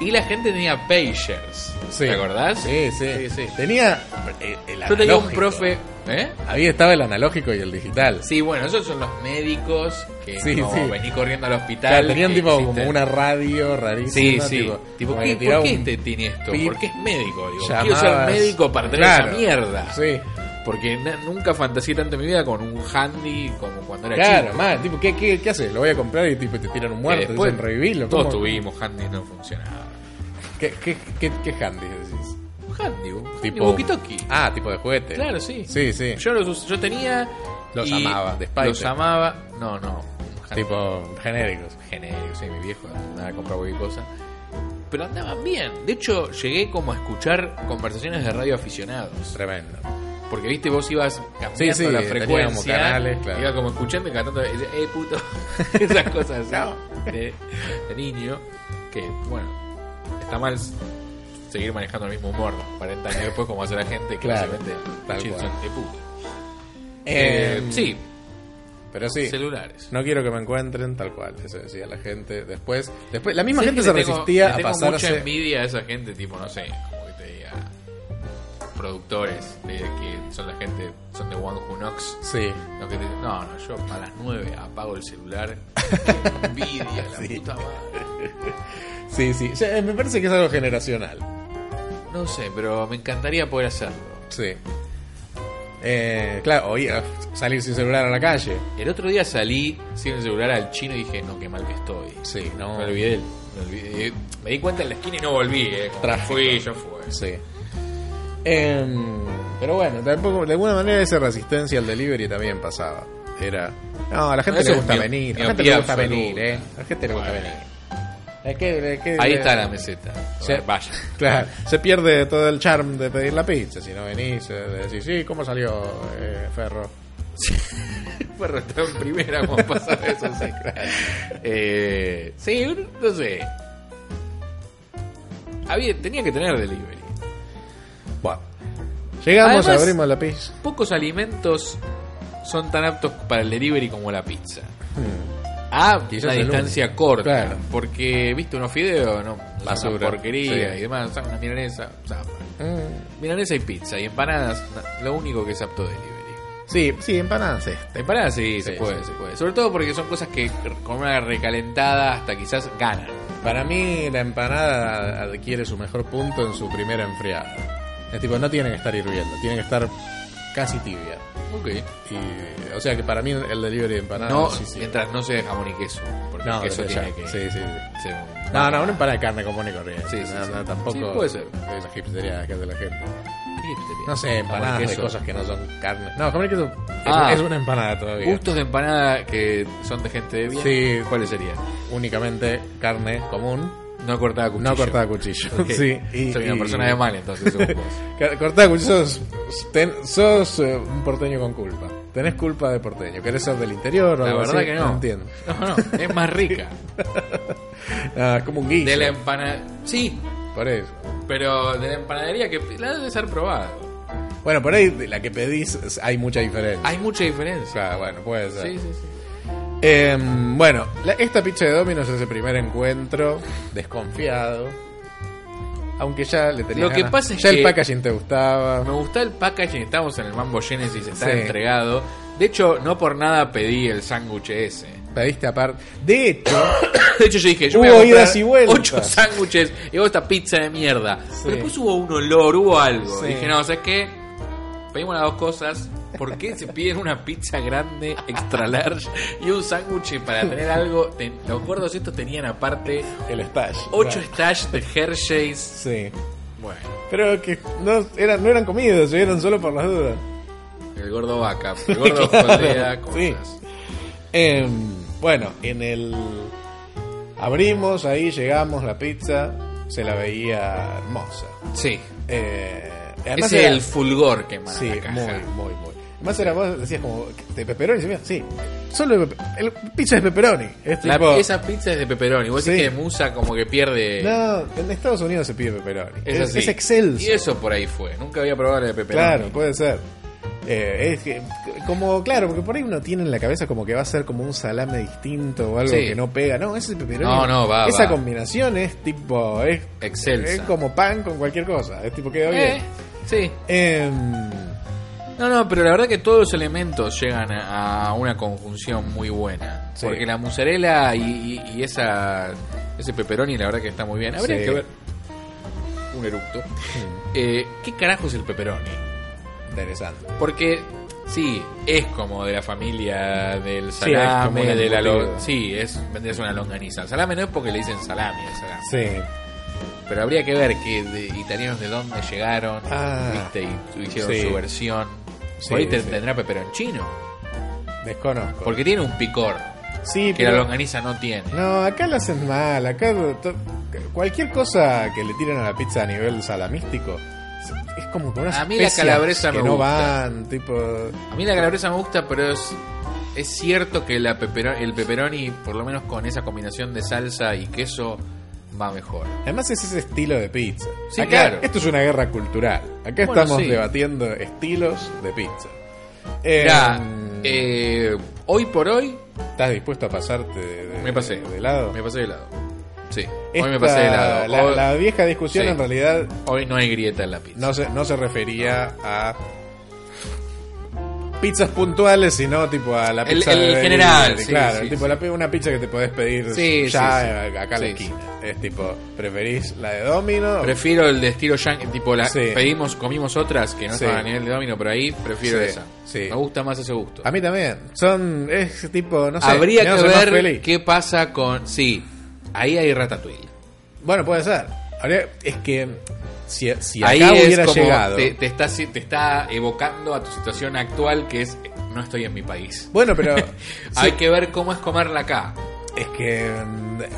[SPEAKER 2] Y la gente tenía pagers.
[SPEAKER 3] Sí.
[SPEAKER 2] ¿Te acordás?
[SPEAKER 3] Sí, sí.
[SPEAKER 2] Sí, sí.
[SPEAKER 3] Tenía el, el
[SPEAKER 2] Yo tenía un
[SPEAKER 3] analógico.
[SPEAKER 2] profe... ¿Eh?
[SPEAKER 3] Ahí estaba el analógico y el digital.
[SPEAKER 2] Sí, bueno, esos son los médicos que
[SPEAKER 3] Sí,
[SPEAKER 2] como
[SPEAKER 3] sí.
[SPEAKER 2] vení corriendo al
[SPEAKER 3] O sea,
[SPEAKER 2] hospital.
[SPEAKER 3] tenían
[SPEAKER 2] que
[SPEAKER 3] tipo
[SPEAKER 2] existen.
[SPEAKER 3] como una radio
[SPEAKER 2] Sí,
[SPEAKER 3] rarísima.
[SPEAKER 2] sí. Tipo,
[SPEAKER 3] como
[SPEAKER 2] ¿qué,
[SPEAKER 3] que tiraba
[SPEAKER 2] ¿por qué
[SPEAKER 3] un-
[SPEAKER 2] este tiene esto?
[SPEAKER 3] pip.
[SPEAKER 2] ¿Por qué es médico? Digo, quiero ser
[SPEAKER 3] Llamabas.
[SPEAKER 2] médico para tener
[SPEAKER 3] Claro.
[SPEAKER 2] esa mierda.
[SPEAKER 3] Sí.
[SPEAKER 2] Porque na- nunca fantaseé tanto en mi vida con un handy como cuando era
[SPEAKER 3] Claro,
[SPEAKER 2] chico.
[SPEAKER 3] más, tipo, ¿qué, qué, ¿qué haces? Lo voy a comprar y tipo te tiran un
[SPEAKER 2] Que
[SPEAKER 3] muerto, te dicen revivirlo.
[SPEAKER 2] todos
[SPEAKER 3] ¿cómo?
[SPEAKER 2] tuvimos handys, no funcionaba.
[SPEAKER 3] ¿Qué, qué, qué, qué handy decís?
[SPEAKER 2] Un handy, un
[SPEAKER 3] Tipo-
[SPEAKER 2] tipo walkie-talkie.
[SPEAKER 3] Ah, tipo de juguete.
[SPEAKER 2] Claro, sí.
[SPEAKER 3] Sí, sí.
[SPEAKER 2] Yo los us- yo tenía.
[SPEAKER 3] Los
[SPEAKER 2] y
[SPEAKER 3] amaba, de Spider.
[SPEAKER 2] Los amaba. No, no. un handy
[SPEAKER 3] Tipo genéricos.
[SPEAKER 2] genérico, sí, mi viejo andaba a comprar cualquier cosa. Pero andaban bien. De hecho, llegué como a escuchar conversaciones de radio aficionados.
[SPEAKER 3] Tremendo.
[SPEAKER 2] Porque, viste, vos ibas cambiando
[SPEAKER 3] Sí, sí,
[SPEAKER 2] la
[SPEAKER 3] tenía como
[SPEAKER 2] frecuencia.
[SPEAKER 3] canales, claro.
[SPEAKER 2] Ibas como escuchando y cantando, eh, puto. Esas cosas así de, de niño. Que, bueno, está mal seguir manejando el mismo humor 40 años después como hace la gente que
[SPEAKER 3] Claro,
[SPEAKER 2] básicamente
[SPEAKER 3] tal
[SPEAKER 2] chis-
[SPEAKER 3] cual.
[SPEAKER 2] son de puto.
[SPEAKER 3] Eh,
[SPEAKER 2] Eh, sí,
[SPEAKER 3] Pero sí.
[SPEAKER 2] celulares.
[SPEAKER 3] No quiero que me encuentren, tal cual, eso decía la gente. Después, después la misma
[SPEAKER 2] ¿Sabés
[SPEAKER 3] gente
[SPEAKER 2] que
[SPEAKER 3] se
[SPEAKER 2] le tengo-
[SPEAKER 3] resistía
[SPEAKER 2] le
[SPEAKER 3] a
[SPEAKER 2] tengo mucha
[SPEAKER 3] pasarse.
[SPEAKER 2] envidia a esa gente, tipo, no sé, como que te diga, productores, de que son la gente, son de One Who Knocks.
[SPEAKER 3] Sí.
[SPEAKER 2] Los que te dicen, no, no, yo a las 9 apago el celular. Qué envidia, la
[SPEAKER 3] Sí.
[SPEAKER 2] puta madre.
[SPEAKER 3] Sí, sí. O sea, eh, me parece que es algo generacional.
[SPEAKER 2] No sé, pero me encantaría poder hacerlo.
[SPEAKER 3] Sí. Eh, claro, oye, salir sin celular a la calle.
[SPEAKER 2] El otro día salí sin el celular al chino y dije, no, qué mal que estoy.
[SPEAKER 3] Sí, no.
[SPEAKER 2] Me olvidé. Me, olvidé. Eh, Me di cuenta en la esquina y no volví, eh. Como
[SPEAKER 3] Tráfico.
[SPEAKER 2] Fui, yo fui.
[SPEAKER 3] Sí. Em, pero bueno, tampoco, de alguna manera esa resistencia al delivery también pasaba. Era. No, a la gente
[SPEAKER 2] Eso
[SPEAKER 3] le
[SPEAKER 2] es
[SPEAKER 3] gusta
[SPEAKER 2] mi-
[SPEAKER 3] venir. A
[SPEAKER 2] mi
[SPEAKER 3] la gente le gusta
[SPEAKER 2] absoluta.
[SPEAKER 3] venir, eh. A la gente le gusta
[SPEAKER 2] Bueno.
[SPEAKER 3] venir. Es que- es que-
[SPEAKER 2] Ahí
[SPEAKER 3] eh,
[SPEAKER 2] está la meseta.
[SPEAKER 3] Sí.
[SPEAKER 2] Vaya.
[SPEAKER 3] Claro, se pierde todo el charm de pedir la pizza. Si no venís, eh, de decir, sí, ¿cómo salió eh, Ferro?
[SPEAKER 2] Perro está en primera como pasaba eso, sí. Eh, sí, un- no sé. Había, tenía que tener delivery.
[SPEAKER 3] Bueno, llegamos,
[SPEAKER 2] Además-
[SPEAKER 3] abrimos la pizza.
[SPEAKER 2] Pocos alimentos son tan aptos para el delivery como la pizza.
[SPEAKER 3] Mm.
[SPEAKER 2] A
[SPEAKER 3] Quizás
[SPEAKER 2] una
[SPEAKER 3] el
[SPEAKER 2] distancia corta.
[SPEAKER 3] Claro.
[SPEAKER 2] Porque, viste, unos fideos, no, son
[SPEAKER 3] Basura.
[SPEAKER 2] Una porquería
[SPEAKER 3] Sí.
[SPEAKER 2] y demás. Son una milanesa. zapa.
[SPEAKER 3] Mm,
[SPEAKER 2] Milanesa y pizza. Y empanadas, na- lo único que es apto delivery.
[SPEAKER 3] Sí, sí, empanadas. sí.
[SPEAKER 2] Empanadas sí, se
[SPEAKER 3] Sí,
[SPEAKER 2] puede,
[SPEAKER 3] sí.
[SPEAKER 2] se puede. Sobre todo porque son cosas que con una recalentada hasta quizás ganan.
[SPEAKER 3] Para mí, la empanada adquiere su mejor punto en su primera enfriada. Es tipo, no tiene que estar hirviendo, tiene que estar casi tibia.
[SPEAKER 2] Ok.
[SPEAKER 3] Y, o sea que para mí el delivery de empanadas.
[SPEAKER 2] No,
[SPEAKER 3] sí, sí.
[SPEAKER 2] mientras no se deja jamón y queso. Porque
[SPEAKER 3] No,
[SPEAKER 2] el queso
[SPEAKER 3] desde
[SPEAKER 2] tiene
[SPEAKER 3] ya.
[SPEAKER 2] que
[SPEAKER 3] Sí, sí, sí.
[SPEAKER 2] ser un- Ah,
[SPEAKER 3] No, no, una empanada de carne común y corriente.
[SPEAKER 2] Sí, sí,
[SPEAKER 3] No,
[SPEAKER 2] sí.
[SPEAKER 3] no, tampoco.
[SPEAKER 2] Sí, puede ser.
[SPEAKER 3] Esa hipstería que hace la gente.
[SPEAKER 2] Hipsteria.
[SPEAKER 3] No sé, empanadas
[SPEAKER 2] Jamón y
[SPEAKER 3] de
[SPEAKER 2] queso.
[SPEAKER 3] cosas que no son carne. No, jamón y queso es-
[SPEAKER 2] Ah.
[SPEAKER 3] es una empanada todavía.
[SPEAKER 2] Gustos de empanada que son de gente de bien.
[SPEAKER 3] Sí.
[SPEAKER 2] ¿Cuáles serían?
[SPEAKER 3] Únicamente carne común,
[SPEAKER 2] No cortada a cuchillo.
[SPEAKER 3] no cortada a cuchillo.
[SPEAKER 2] Ok.
[SPEAKER 3] Sí, y-
[SPEAKER 2] Soy
[SPEAKER 3] y-
[SPEAKER 2] una persona de mal, entonces, según vos.
[SPEAKER 3] Ca- Cortada cuchillo, pues, sos, ten- sos, eh, un porteño con culpa. Tenés culpa de porteño. ¿Querés ser del interior o
[SPEAKER 2] La
[SPEAKER 3] algo
[SPEAKER 2] verdad
[SPEAKER 3] así?
[SPEAKER 2] que no.
[SPEAKER 3] entiendo.
[SPEAKER 2] No, no, es más rica.
[SPEAKER 3] Ah, es como un guiso.
[SPEAKER 2] De la empanada. Sí,
[SPEAKER 3] Por eso.
[SPEAKER 2] pero de la empanadería que la debe ser probada.
[SPEAKER 3] Bueno, por ahí de la que pedís es- hay mucha diferencia.
[SPEAKER 2] Hay mucha
[SPEAKER 3] O
[SPEAKER 2] diferencia.
[SPEAKER 3] sea, bueno, puede ser.
[SPEAKER 2] Sí, sí, sí.
[SPEAKER 3] Em, bueno, la- esta pizza de Domino's es el primer encuentro desconfiado. Aunque ya le tenías
[SPEAKER 2] Lo que
[SPEAKER 3] ganas.
[SPEAKER 2] pasa es
[SPEAKER 3] ya
[SPEAKER 2] que-
[SPEAKER 3] el packaging te gustaba.
[SPEAKER 2] Me gusta el packaging, estamos en el Mambo Genesis, está
[SPEAKER 3] Sí.
[SPEAKER 2] entregado. De hecho, no por nada pedí el sándwich ese.
[SPEAKER 3] Pediste aparte. De hecho,
[SPEAKER 2] De hecho, yo dije, yo
[SPEAKER 3] Hubo
[SPEAKER 2] voy a
[SPEAKER 3] idas y
[SPEAKER 2] comprar
[SPEAKER 3] vueltas.
[SPEAKER 2] ocho sándwiches y hago esta pizza de mierda.
[SPEAKER 3] Sí.
[SPEAKER 2] Pero después hubo un olor, hubo algo.
[SPEAKER 3] Sí.
[SPEAKER 2] Dije, no, ¿sabes qué? Pedimos las dos cosas. ¿Por qué se piden una pizza grande, extra large y un sándwich para tener algo? Ten- Los gordos estos tenían aparte
[SPEAKER 3] el stash.
[SPEAKER 2] ocho
[SPEAKER 3] Claro.
[SPEAKER 2] stash de Hershey's.
[SPEAKER 3] Sí.
[SPEAKER 2] Bueno,
[SPEAKER 3] Pero que no eran, no eran comidas, eran solo por las dudas.
[SPEAKER 2] el gordo vaca, el gordo
[SPEAKER 3] Claro.
[SPEAKER 2] jodea
[SPEAKER 3] Sí.
[SPEAKER 2] cosas.
[SPEAKER 3] Em, bueno, en el. Abrimos, ahí llegamos, la pizza se la veía hermosa.
[SPEAKER 2] Sí.
[SPEAKER 3] Eh,
[SPEAKER 2] Es
[SPEAKER 3] además era-
[SPEAKER 2] el fulgor que manda
[SPEAKER 3] Sí,
[SPEAKER 2] la caja.
[SPEAKER 3] muy, muy, muy. Además era vos decías como, ¿de pepperoni? Sí, mira, Sí, solo de pepe- el pizza de pepperoni. Es
[SPEAKER 2] La-
[SPEAKER 3] tipo,
[SPEAKER 2] esa pizza es de pepperoni. Vos
[SPEAKER 3] Sí.
[SPEAKER 2] decís que Musa como que pierde...
[SPEAKER 3] No, en Estados Unidos se pide pepperoni.
[SPEAKER 2] es,
[SPEAKER 3] Es,
[SPEAKER 2] así.
[SPEAKER 3] es excelso.
[SPEAKER 2] Y eso por ahí fue. Nunca había probado la E de pepperoni.
[SPEAKER 3] Claro, puede ser. Eh, es que, como, claro, porque por ahí uno tiene en la cabeza como que va a ser como un salame distinto o algo
[SPEAKER 2] Sí.
[SPEAKER 3] que no pega. No, ese pepperoni.
[SPEAKER 2] No, no, va,
[SPEAKER 3] Esa
[SPEAKER 2] va.
[SPEAKER 3] combinación es tipo. Es,
[SPEAKER 2] Excelsa.
[SPEAKER 3] es como pan con cualquier cosa. Es tipo, queda
[SPEAKER 2] Eh,
[SPEAKER 3] bien.
[SPEAKER 2] sí.
[SPEAKER 3] Em,
[SPEAKER 2] No, no, pero la verdad que todos los elementos llegan a, a una conjunción muy buena.
[SPEAKER 3] Sí.
[SPEAKER 2] Porque la mozzarella y, y- y esa ese pepperoni la verdad que está muy bien. Habría
[SPEAKER 3] Sí.
[SPEAKER 2] que ver... Un eructo. Eh, ¿Qué carajo es el pepperoni?
[SPEAKER 3] interesante.
[SPEAKER 2] Porque sí, es como de la familia del
[SPEAKER 3] Sí, es
[SPEAKER 2] salame,
[SPEAKER 3] como un
[SPEAKER 2] de la lo-
[SPEAKER 3] embutido.
[SPEAKER 2] sí, es vendría a ser una longaniza. El salame no es porque le dicen salami al salame.
[SPEAKER 3] Sí.
[SPEAKER 2] Pero habría que ver que de italianos de dónde llegaron,
[SPEAKER 3] Ah,
[SPEAKER 2] viste, y hicieron
[SPEAKER 3] sí.
[SPEAKER 2] su versión.
[SPEAKER 3] Sí,
[SPEAKER 2] Por ahí te-
[SPEAKER 3] sí.
[SPEAKER 2] tendrá peperoncino,
[SPEAKER 3] Desconozco.
[SPEAKER 2] porque tiene un picor
[SPEAKER 3] sí,
[SPEAKER 2] que la longaniza no tiene.
[SPEAKER 3] No, acá la hacen mal. Acá to- cualquier cosa que le tiran a la pizza a nivel salamístico es- es como con unas
[SPEAKER 2] A mí la
[SPEAKER 3] especias
[SPEAKER 2] calabresa
[SPEAKER 3] que
[SPEAKER 2] me
[SPEAKER 3] no
[SPEAKER 2] gusta.
[SPEAKER 3] van, tipo.
[SPEAKER 2] A mí la calabresa me gusta, pero es es cierto que la pepero- el pepperoni, por lo menos con esa combinación de salsa y queso, va mejor.
[SPEAKER 3] Además es ese estilo de pizza.
[SPEAKER 2] Sí,
[SPEAKER 3] Acá-
[SPEAKER 2] claro.
[SPEAKER 3] Esto es una guerra cultural. Acá
[SPEAKER 2] Bueno,
[SPEAKER 3] estamos
[SPEAKER 2] sí.
[SPEAKER 3] debatiendo estilos de pizza. Eh,
[SPEAKER 2] Mirá, eh, hoy por hoy
[SPEAKER 3] ¿Estás dispuesto a pasarte de, de-
[SPEAKER 2] me pasé.
[SPEAKER 3] de lado?
[SPEAKER 2] Me pasé de lado. Sí,
[SPEAKER 3] Ah. Esta-
[SPEAKER 2] hoy me pasé de lado.
[SPEAKER 3] La,
[SPEAKER 2] hoy,
[SPEAKER 3] la vieja discusión
[SPEAKER 2] Sí.
[SPEAKER 3] en realidad
[SPEAKER 2] hoy no hay grieta en la pizza.
[SPEAKER 3] no se, no se refería a pizzas puntuales, sino tipo a la
[SPEAKER 2] El-
[SPEAKER 3] pizza
[SPEAKER 2] el
[SPEAKER 3] delivery,
[SPEAKER 2] general, sí,
[SPEAKER 3] claro,
[SPEAKER 2] sí,
[SPEAKER 3] tipo
[SPEAKER 2] sí.
[SPEAKER 3] la pi- una pizza que te podés pedir
[SPEAKER 2] Sí,
[SPEAKER 3] ya
[SPEAKER 2] sí, sí.
[SPEAKER 3] eh, acá a la
[SPEAKER 2] Sí,
[SPEAKER 3] esquina. Es tipo, ¿preferís la de Domino?
[SPEAKER 2] Prefiero el de estilo yankee, tipo la
[SPEAKER 3] Sí.
[SPEAKER 2] pedimos, comimos otras que no
[SPEAKER 3] Sí.
[SPEAKER 2] estaban a nivel de domino, pero ahí prefiero
[SPEAKER 3] Sí,
[SPEAKER 2] esa.
[SPEAKER 3] sí.
[SPEAKER 2] Me gusta más ese gusto.
[SPEAKER 3] a mí también. Son es tipo, no sé,
[SPEAKER 2] Habría
[SPEAKER 3] me
[SPEAKER 2] que
[SPEAKER 3] hace más
[SPEAKER 2] ver
[SPEAKER 3] feliz.
[SPEAKER 2] qué pasa con. Sí, ahí hay Ratatouille.
[SPEAKER 3] Bueno, puede ser. Habría- es que si, si
[SPEAKER 2] ahí
[SPEAKER 3] acá
[SPEAKER 2] es
[SPEAKER 3] hubiera
[SPEAKER 2] como
[SPEAKER 3] llegado.
[SPEAKER 2] Te, te está, te está evocando a tu situación actual, que es eh, no estoy en mi país.
[SPEAKER 3] Bueno, pero
[SPEAKER 2] Hay que ver cómo es comerla acá.
[SPEAKER 3] es que mm, eh,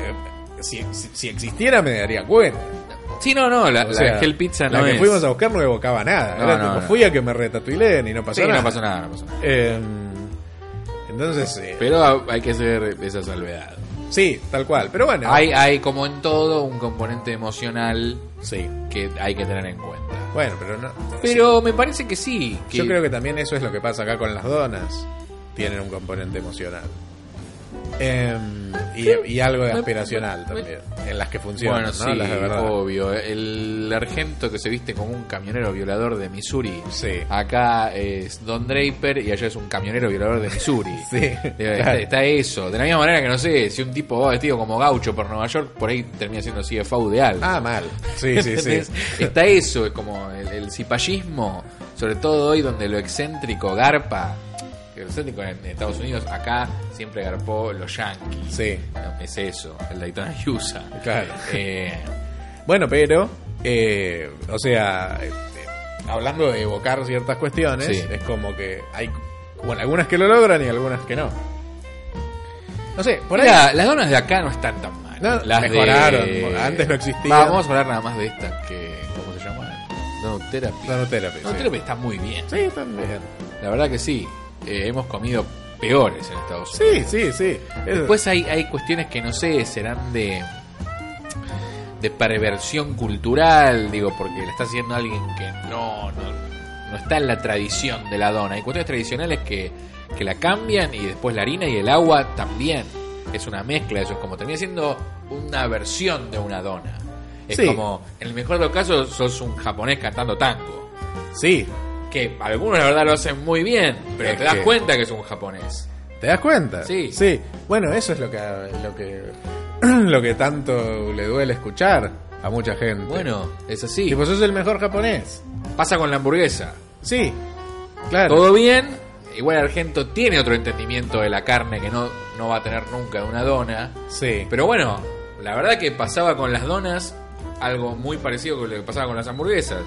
[SPEAKER 3] si, si- si existiera me daría cuenta.
[SPEAKER 2] Sí, no, no, la,
[SPEAKER 3] O
[SPEAKER 2] la
[SPEAKER 3] sea,
[SPEAKER 2] Hell Pizza no
[SPEAKER 3] la que
[SPEAKER 2] es.
[SPEAKER 3] fuimos a buscar no evocaba nada.
[SPEAKER 2] No,
[SPEAKER 3] Era
[SPEAKER 2] no, no.
[SPEAKER 3] tipo, fui a que me retatuilen y no pasó
[SPEAKER 2] Sí,
[SPEAKER 3] nada.
[SPEAKER 2] no pasó nada, no pasó nada.
[SPEAKER 3] Eh, entonces, eh,
[SPEAKER 2] Pero ah, hay que hacer esa salvedad.
[SPEAKER 3] sí, tal cual. Pero bueno,
[SPEAKER 2] Hay, hay, como en todo, un componente emocional
[SPEAKER 3] sí.
[SPEAKER 2] que hay que tener en cuenta.
[SPEAKER 3] Bueno, pero no.
[SPEAKER 2] Pero me parece que sí. que-
[SPEAKER 3] Yo creo que también eso es lo que pasa acá con las donas. Tienen un componente emocional. Em, y, y algo de
[SPEAKER 2] Me-
[SPEAKER 3] aspiracional
[SPEAKER 2] me-
[SPEAKER 3] también. En las que funcionan,
[SPEAKER 2] Bueno,
[SPEAKER 3] ¿no?
[SPEAKER 2] sí,
[SPEAKER 3] Las de verdad.
[SPEAKER 2] obvio. El argento que se viste como un camionero violador de Missouri.
[SPEAKER 3] Sí.
[SPEAKER 2] Acá es Don Draper y allá es un camionero violador de Missouri.
[SPEAKER 3] Sí,
[SPEAKER 2] Eh,
[SPEAKER 3] claro.
[SPEAKER 2] está, está eso. De la misma manera que no sé, si un tipo va vestido como gaucho por Nueva York, por ahí termina siendo CFO de algo.
[SPEAKER 3] Ah, mal. Sí, sí, sí.
[SPEAKER 2] ¿Entendés? Está eso, es como el, el cipallismo, sobre todo hoy donde lo excéntrico garpa. que Lo excéntrico en Estados Unidos, acá siempre garpó los yankees.
[SPEAKER 3] Sí.
[SPEAKER 2] Es eso, el Daytona USA.
[SPEAKER 3] Claro.
[SPEAKER 2] Eh,
[SPEAKER 3] Bueno, pero, eh, o sea, eh, eh, hablando de evocar ciertas cuestiones,
[SPEAKER 2] Sí.
[SPEAKER 3] es como que hay bueno, algunas que lo logran y algunas que no. No sé, por ahí.
[SPEAKER 2] mira, las donas de acá no están tan mal.
[SPEAKER 3] No,
[SPEAKER 2] las
[SPEAKER 3] mejoraron,
[SPEAKER 2] de-
[SPEAKER 3] antes no existían.
[SPEAKER 2] Va, vamos a hablar nada más de esta que. ¿Cómo se llama? Donotherapy.
[SPEAKER 3] Donotherapy, sí.
[SPEAKER 2] Donotherapy está muy bien.
[SPEAKER 3] Sí, también.
[SPEAKER 2] La verdad que sí. Eh, hemos comido peores en Estados Unidos.
[SPEAKER 3] Sí, sí, sí. Eso-
[SPEAKER 2] Después hay, hay cuestiones que no sé, serán de de perversión cultural, digo, porque la está haciendo alguien que no, no, no está en la tradición de la dona. Hay cuestiones tradicionales que, que la cambian y después la harina y el agua también. Es una mezcla de eso, es como termina siendo una versión de una dona. Es
[SPEAKER 3] Sí.
[SPEAKER 2] como, en el mejor de los casos, sos un japonés cantando tango.
[SPEAKER 3] sí,
[SPEAKER 2] Que algunos la verdad lo hacen muy bien, pero
[SPEAKER 3] Es
[SPEAKER 2] te das
[SPEAKER 3] que-
[SPEAKER 2] cuenta que es un japonés.
[SPEAKER 3] ¿Te das cuenta?
[SPEAKER 2] Sí.
[SPEAKER 3] Sí. Bueno, eso es lo que lo que lo que tanto le duele escuchar a mucha gente.
[SPEAKER 2] Bueno, es así.
[SPEAKER 3] Y vos sos el mejor japonés.
[SPEAKER 2] Pasa con la hamburguesa.
[SPEAKER 3] Sí. Claro.
[SPEAKER 2] Todo bien. Igual Argento tiene otro entendimiento de la carne que no, no va a tener nunca de una dona.
[SPEAKER 3] Sí.
[SPEAKER 2] Pero bueno, la verdad que pasaba con las donas algo muy parecido con lo que pasaba con las hamburguesas.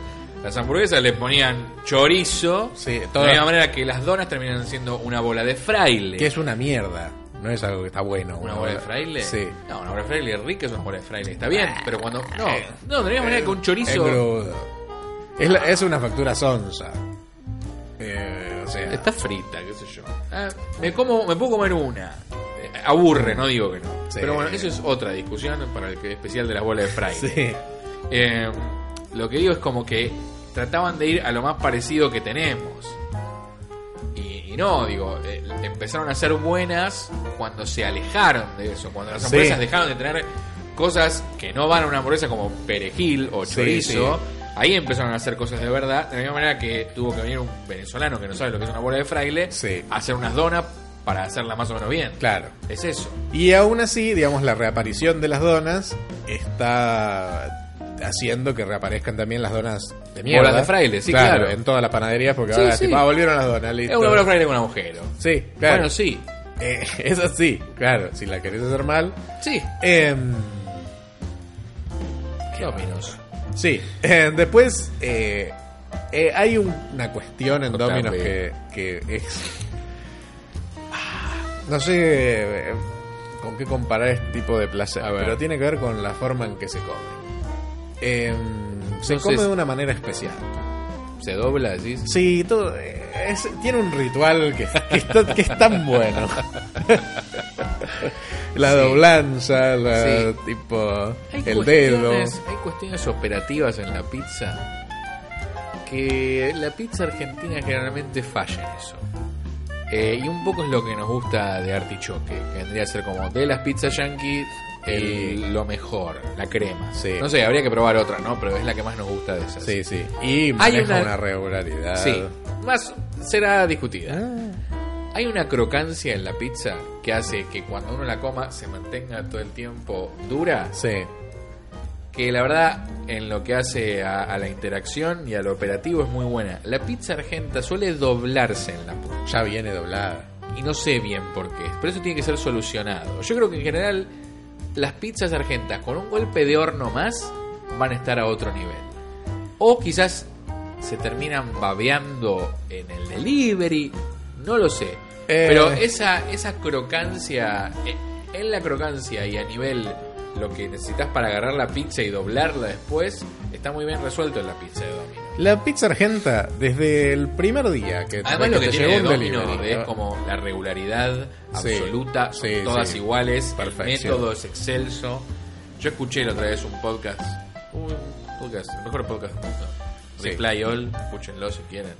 [SPEAKER 2] Las hamburguesas le ponían chorizo.
[SPEAKER 3] Sí,
[SPEAKER 2] de
[SPEAKER 3] todas-
[SPEAKER 2] la misma manera que las donas terminan siendo una bola de fraile.
[SPEAKER 3] que es una mierda. No es algo que está bueno.
[SPEAKER 2] ¿Una bola de fraile?
[SPEAKER 3] Sí.
[SPEAKER 2] No, una bola de fraile rica es una bola de fraile. Está bien, pero cuando. No, no, de la misma manera que un
[SPEAKER 3] Es
[SPEAKER 2] chorizo.
[SPEAKER 3] crudo. Es, la- es una factura sonsa. Eh, o sea.
[SPEAKER 2] Está frita, qué sé yo. Ah, me, como, me puedo comer una. Eh, Aburre, no digo que no.
[SPEAKER 3] Sí.
[SPEAKER 2] Pero bueno, eso es otra discusión para el que- especial de las bolas de fraile.
[SPEAKER 3] Sí.
[SPEAKER 2] Eh, lo que digo es como que trataban de ir a lo más parecido que tenemos. Y, y no, digo, eh, empezaron a ser buenas cuando se alejaron de eso, cuando las
[SPEAKER 3] Sí.
[SPEAKER 2] hamburguesas dejaron de tener cosas que no van a una hamburguesa como perejil o
[SPEAKER 3] Sí,
[SPEAKER 2] chorizo. Ahí empezaron a hacer cosas de verdad, de la misma manera que tuvo que venir un venezolano que no sabe lo que es una bola de fraile
[SPEAKER 3] Sí.
[SPEAKER 2] a hacer unas donas para hacerla más o menos bien.
[SPEAKER 3] Claro.
[SPEAKER 2] Es eso.
[SPEAKER 3] Y aún así, digamos, la reaparición de las donas está haciendo que reaparezcan también las donas de mierda.
[SPEAKER 2] Bolas de fraile, sí, claro.
[SPEAKER 3] En todas las panaderías, porque
[SPEAKER 2] Sí,
[SPEAKER 3] ahora,
[SPEAKER 2] sí.
[SPEAKER 3] tipo, ah, volvieron las donas, listo.
[SPEAKER 2] Es una bola de fraile con agujero.
[SPEAKER 3] Sí, claro.
[SPEAKER 2] Bueno, sí.
[SPEAKER 3] Eh, es así, claro. Si la querés hacer mal.
[SPEAKER 2] Sí.
[SPEAKER 3] Em,
[SPEAKER 2] ¿Qué opinas?
[SPEAKER 3] sí. Eh, después, eh, eh, hay un- una cuestión en
[SPEAKER 2] Contame.
[SPEAKER 3] Domino's que, que es. ah, No sé eh, con qué comparar este tipo de placer,
[SPEAKER 2] A ver.
[SPEAKER 3] pero tiene que ver con la forma en que se come. Em, se
[SPEAKER 2] Entonces-
[SPEAKER 3] come de una manera especial.
[SPEAKER 2] ¿Se dobla, decís?
[SPEAKER 3] Sí, todo, eh, es- tiene un ritual que, que está- que es tan bueno. la
[SPEAKER 2] Sí.
[SPEAKER 3] doblanza, la,
[SPEAKER 2] Sí.
[SPEAKER 3] tipo
[SPEAKER 2] Hay
[SPEAKER 3] el dedo.
[SPEAKER 2] cuestiones- Hay cuestiones operativas en la pizza que la pizza argentina generalmente falla en eso. Eh, y un poco es lo que nos gusta de artichoque, que vendría a ser como de las pizzas yankees
[SPEAKER 3] Y-
[SPEAKER 2] lo mejor, la crema.
[SPEAKER 3] Sí.
[SPEAKER 2] No sé, habría que probar otra, ¿no? Pero es la que más nos gusta de esas.
[SPEAKER 3] Sí, sí. Y maneja una,
[SPEAKER 2] una-
[SPEAKER 3] regularidad.
[SPEAKER 2] Sí. más será discutida.
[SPEAKER 3] Ah.
[SPEAKER 2] Hay una crocancia en la pizza que hace que cuando uno la coma se mantenga todo el tiempo dura,
[SPEAKER 3] Sí.
[SPEAKER 2] que la verdad en lo que hace a, a la interacción y al operativo es muy buena. La pizza argenta suele doblarse en la punta.
[SPEAKER 3] Ya viene doblada.
[SPEAKER 2] y no sé bien por qué. Pero eso tiene que ser solucionado. Yo creo que en general las pizzas argentas con un golpe de horno más van a estar a otro nivel. O quizás se terminan babeando en el delivery, no lo sé.
[SPEAKER 3] Eh.
[SPEAKER 2] Pero esa, esa crocancia, eh, en la crocancia y a nivel lo que necesitas para agarrar la pizza y doblarla después, está muy bien resuelto en la pizza de Domino.
[SPEAKER 3] La pizza argenta, desde el primer día que,
[SPEAKER 2] Además lo que,
[SPEAKER 3] te
[SPEAKER 2] tiene
[SPEAKER 3] llegó un
[SPEAKER 2] Domino
[SPEAKER 3] delivery,
[SPEAKER 2] es
[SPEAKER 3] ¿no?
[SPEAKER 2] como la regularidad
[SPEAKER 3] Sí,
[SPEAKER 2] absoluta, son
[SPEAKER 3] sí,
[SPEAKER 2] todas
[SPEAKER 3] sí.
[SPEAKER 2] iguales, el
[SPEAKER 3] Perfección.
[SPEAKER 2] método es excelso. Yo escuché la otra vez un podcast, un podcast, el mejor podcast del mundo.
[SPEAKER 3] Sí.
[SPEAKER 2] Reply All, escúchenlo si quieren.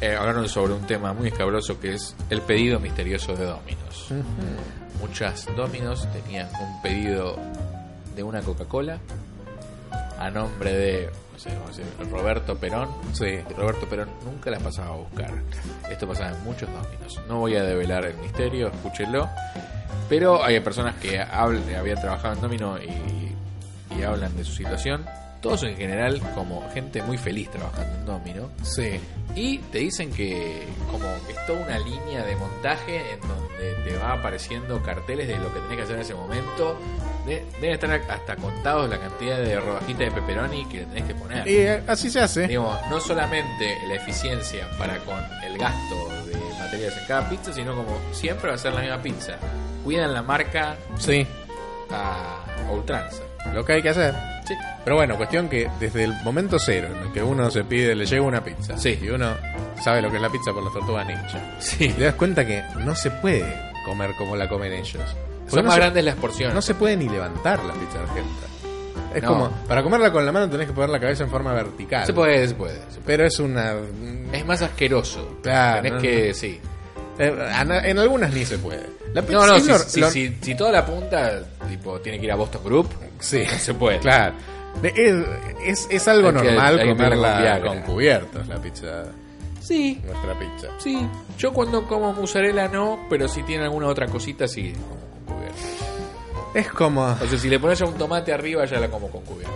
[SPEAKER 2] Eh, hablaron sobre un tema muy escabroso que es el pedido misterioso de Dominos. Muchas Dominos tenían un pedido de una Coca-Cola a nombre de no sé, vamos a decir, Roberto Perón.
[SPEAKER 3] Sí.
[SPEAKER 2] Roberto Perón nunca las pasaba a buscar. Esto pasaba en muchos dominos. No voy a develar el misterio, escúchenlo. Pero hay personas que habl- habían trabajado en domino y, y hablan de su situación. Todos en general como gente muy feliz trabajando en domino.
[SPEAKER 3] Sí.
[SPEAKER 2] Y te dicen que como que es toda una línea de montaje en donde te va apareciendo carteles de lo que tenés que hacer en ese momento. De- deben estar hasta contados la cantidad de rodajitas de pepperoni que le tenés que poner.
[SPEAKER 3] Y eh, así se hace.
[SPEAKER 2] Digo, no solamente la eficiencia para con el gasto de materiales en cada pizza, sino como siempre va a ser la misma pizza. Cuidan la marca
[SPEAKER 3] Sí.
[SPEAKER 2] a, a ultranza.
[SPEAKER 3] Lo que hay que hacer.
[SPEAKER 2] Sí.
[SPEAKER 3] Pero bueno, cuestión que desde el momento cero en el que uno se pide, le llega una pizza.
[SPEAKER 2] Sí.
[SPEAKER 3] Y uno sabe lo que es la pizza por las tortugas ninja. Y te das cuenta que no se puede comer como la comen ellos. Porque
[SPEAKER 2] Son
[SPEAKER 3] no
[SPEAKER 2] más
[SPEAKER 3] se-
[SPEAKER 2] grandes las porciones.
[SPEAKER 3] No se puede ni levantar la pizza argenta. Es
[SPEAKER 2] No.
[SPEAKER 3] como, para comerla con la mano tenés que poner la cabeza en forma vertical.
[SPEAKER 2] Se puede, se puede. se
[SPEAKER 3] Pero es una...
[SPEAKER 2] puede. Es más asqueroso.
[SPEAKER 3] Claro,
[SPEAKER 2] Tenés
[SPEAKER 3] no,
[SPEAKER 2] que,
[SPEAKER 3] no.
[SPEAKER 2] sí.
[SPEAKER 3] Eh, ana- En algunas ni se puede. La pizza
[SPEAKER 2] No, no,
[SPEAKER 3] es
[SPEAKER 2] si,
[SPEAKER 3] lo-
[SPEAKER 2] si-
[SPEAKER 3] lo-
[SPEAKER 2] si- si toda la punta tipo, tiene que ir a Boston Group,
[SPEAKER 3] Sí.
[SPEAKER 2] se puede.
[SPEAKER 3] Claro. De- Es, es, es algo
[SPEAKER 2] Hay que-
[SPEAKER 3] normal
[SPEAKER 2] hay que ponerle con
[SPEAKER 3] comerla
[SPEAKER 2] Viagra.
[SPEAKER 3] con cubiertos, la pizza,
[SPEAKER 2] Sí,
[SPEAKER 3] nuestra pizza.
[SPEAKER 2] sí. Yo cuando como mozzarella no, pero si tiene alguna otra cosita, sí. como con cubierto.
[SPEAKER 3] Es como...
[SPEAKER 2] O sea, si le pones ya un tomate arriba, ya la como con cubiertos.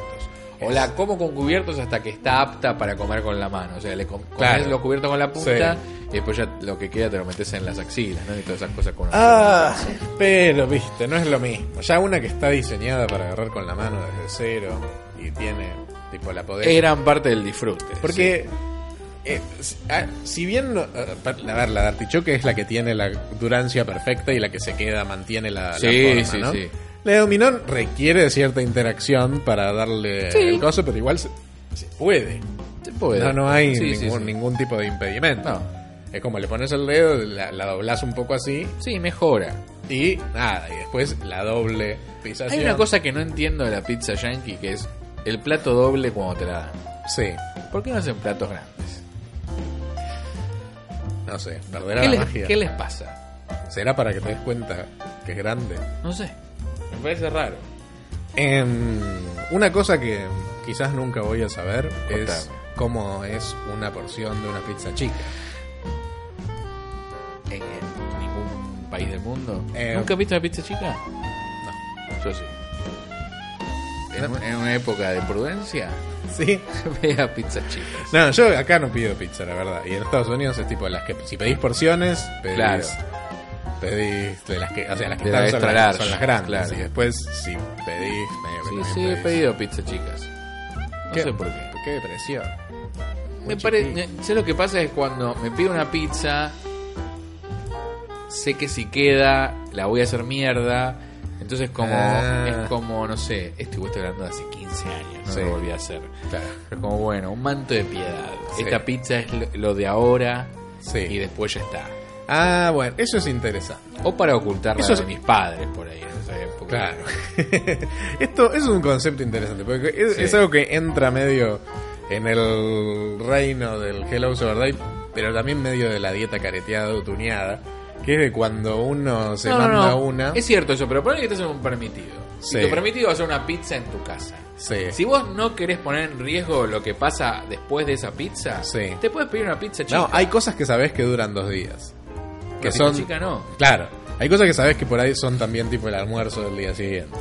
[SPEAKER 2] O la como con cubiertos hasta que está apta para comer con la mano. O sea, le com comes
[SPEAKER 3] Claro.
[SPEAKER 2] los cubiertos con la punta
[SPEAKER 3] Sí.
[SPEAKER 2] y después ya lo que queda te lo metes en las axilas, ¿no? Y todas esas cosas con
[SPEAKER 3] Ah, pero viste, no es lo mismo. Ya una que está diseñada para agarrar con la mano desde cero y tiene tipo la poder.
[SPEAKER 2] Es gran parte del disfrute.
[SPEAKER 3] eh. Porque eh, si- ah, si bien no- ah, pa- a ver, la de artichoque es la que tiene la durancia perfecta y la que se queda mantiene la, la
[SPEAKER 2] Sí,
[SPEAKER 3] forma,
[SPEAKER 2] sí,
[SPEAKER 3] ¿no?
[SPEAKER 2] sí.
[SPEAKER 3] La de dominón requiere de cierta interacción para darle el coso, pero igual se, se puede.
[SPEAKER 2] Sí. Se puede.
[SPEAKER 3] No, no hay
[SPEAKER 2] Sí,
[SPEAKER 3] ningún,
[SPEAKER 2] sí, sí.
[SPEAKER 3] ningún tipo de impedimento.
[SPEAKER 2] No.
[SPEAKER 3] Es como le pones el dedo, la, la doblás un poco así
[SPEAKER 2] Sí, mejora.
[SPEAKER 3] y nada, y después la doble pizza.
[SPEAKER 2] Hay una cosa que no entiendo de la pizza yankee que es el plato doble cuando te la dan.
[SPEAKER 3] Sí,
[SPEAKER 2] ¿Por qué no hacen platos grandes?
[SPEAKER 3] no sé,
[SPEAKER 2] ¿Qué
[SPEAKER 3] perderá la
[SPEAKER 2] les,
[SPEAKER 3] magia.
[SPEAKER 2] qué les pasa?
[SPEAKER 3] ¿Será para que te des cuenta que es grande?
[SPEAKER 2] No sé. Me parece raro.
[SPEAKER 3] Em, una cosa que quizás nunca voy a saber es
[SPEAKER 2] Contame.
[SPEAKER 3] cómo es una porción de una pizza chica.
[SPEAKER 2] en ningún país del mundo.
[SPEAKER 3] Eh,
[SPEAKER 2] ¿Nunca viste una pizza chica?
[SPEAKER 3] No.
[SPEAKER 2] Yo sí. En, un- en una época de prudencia,
[SPEAKER 3] ¿Sí?
[SPEAKER 2] veía pizzas chicas.
[SPEAKER 3] No, yo acá no pido pizza, la verdad. Y en Estados Unidos es tipo las que si pedís porciones, pedís,
[SPEAKER 2] Claro.
[SPEAKER 3] pedís de las que, o sea, las que
[SPEAKER 2] De la
[SPEAKER 3] están son
[SPEAKER 2] extra
[SPEAKER 3] las,
[SPEAKER 2] large,
[SPEAKER 3] son las grandes.
[SPEAKER 2] claro.
[SPEAKER 3] Y después si pedís, medio que
[SPEAKER 2] Sí,
[SPEAKER 3] también
[SPEAKER 2] sí, he
[SPEAKER 3] pedís.
[SPEAKER 2] pedido pizzas chicas. No
[SPEAKER 3] ¿Qué?
[SPEAKER 2] sé por qué.
[SPEAKER 3] Qué depresión.
[SPEAKER 2] Me
[SPEAKER 3] Muy
[SPEAKER 2] pare-
[SPEAKER 3] chiquito.
[SPEAKER 2] me- sé lo que pasa es cuando me pido una pizza, sé que si queda, la voy a hacer mierda. Entonces como
[SPEAKER 3] Ah.
[SPEAKER 2] es como, no sé, esto estoy hablando de hace 15 años, no
[SPEAKER 3] Sí.
[SPEAKER 2] lo volví a hacer.
[SPEAKER 3] Claro.
[SPEAKER 2] Pero como bueno, un manto de piedad.
[SPEAKER 3] Sí.
[SPEAKER 2] Esta pizza es lo, lo de ahora
[SPEAKER 3] Sí.
[SPEAKER 2] y después ya está.
[SPEAKER 3] Ah, bueno, eso es interesante.
[SPEAKER 2] O para ocultarla
[SPEAKER 3] Eso
[SPEAKER 2] de
[SPEAKER 3] es-
[SPEAKER 2] mis padres por ahí en esa época.
[SPEAKER 3] Claro. Esto es un concepto interesante, porque es,
[SPEAKER 2] Sí.
[SPEAKER 3] es algo que entra medio en el reino del Hello Sober Diet, pero también medio de la dieta careteada o tuneada, que es de cuando uno se
[SPEAKER 2] No, no,
[SPEAKER 3] manda
[SPEAKER 2] no.
[SPEAKER 3] una.
[SPEAKER 2] Es cierto eso, pero ponle que estás en un permitido.
[SPEAKER 3] Sí.
[SPEAKER 2] Y tu permitido va a ser una pizza en tu casa.
[SPEAKER 3] Sí.
[SPEAKER 2] Si vos no querés poner en riesgo lo que pasa después de esa pizza,
[SPEAKER 3] Sí.
[SPEAKER 2] te puedes pedir una pizza chica.
[SPEAKER 3] No, hay cosas que sabes que duran dos días.
[SPEAKER 2] Una
[SPEAKER 3] Que
[SPEAKER 2] pizza
[SPEAKER 3] son.
[SPEAKER 2] chica no.
[SPEAKER 3] Claro. Hay cosas que sabes que por ahí son también tipo el almuerzo del día siguiente.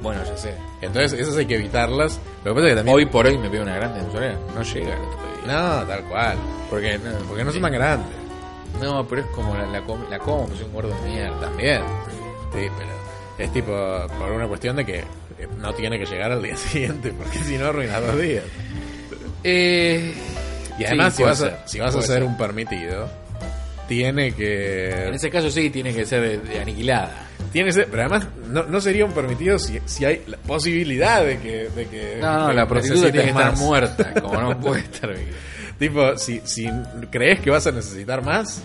[SPEAKER 2] Bueno, ya sé.
[SPEAKER 3] Entonces, esas hay que evitarlas. Lo que pasa es que también.
[SPEAKER 2] Hoy por hoy me pido una grande en Solera. No llega el otro día.
[SPEAKER 3] No, tal cual.
[SPEAKER 2] Porque no,
[SPEAKER 3] Porque no
[SPEAKER 2] sí.
[SPEAKER 3] son tan grandes.
[SPEAKER 2] No, pero es como la, la, com- la como, pues soy un gordo de mierda.
[SPEAKER 3] También. Sí, pero. Es tipo por una cuestión de que eh, no tiene que llegar al día siguiente, porque si no arruinas dos días.
[SPEAKER 2] Eh,
[SPEAKER 3] Y además,
[SPEAKER 2] sí,
[SPEAKER 3] si,
[SPEAKER 2] puede
[SPEAKER 3] vas a,
[SPEAKER 2] ser,
[SPEAKER 3] si vas a
[SPEAKER 2] puede
[SPEAKER 3] hacer
[SPEAKER 2] ser.
[SPEAKER 3] un permitido, tiene
[SPEAKER 2] En
[SPEAKER 3] que.
[SPEAKER 2] ese caso sí, tiene que ser de- de aniquilada.
[SPEAKER 3] Tiene que ser. Pero además, no, no sería un permitido si, si hay la posibilidad de que. de que-
[SPEAKER 2] No, no,
[SPEAKER 3] que
[SPEAKER 2] la prostituta
[SPEAKER 3] necesites
[SPEAKER 2] tiene que estar
[SPEAKER 3] más.
[SPEAKER 2] muerta, como no puede estar viva.
[SPEAKER 3] Tipo, si, si crees que vas a necesitar más,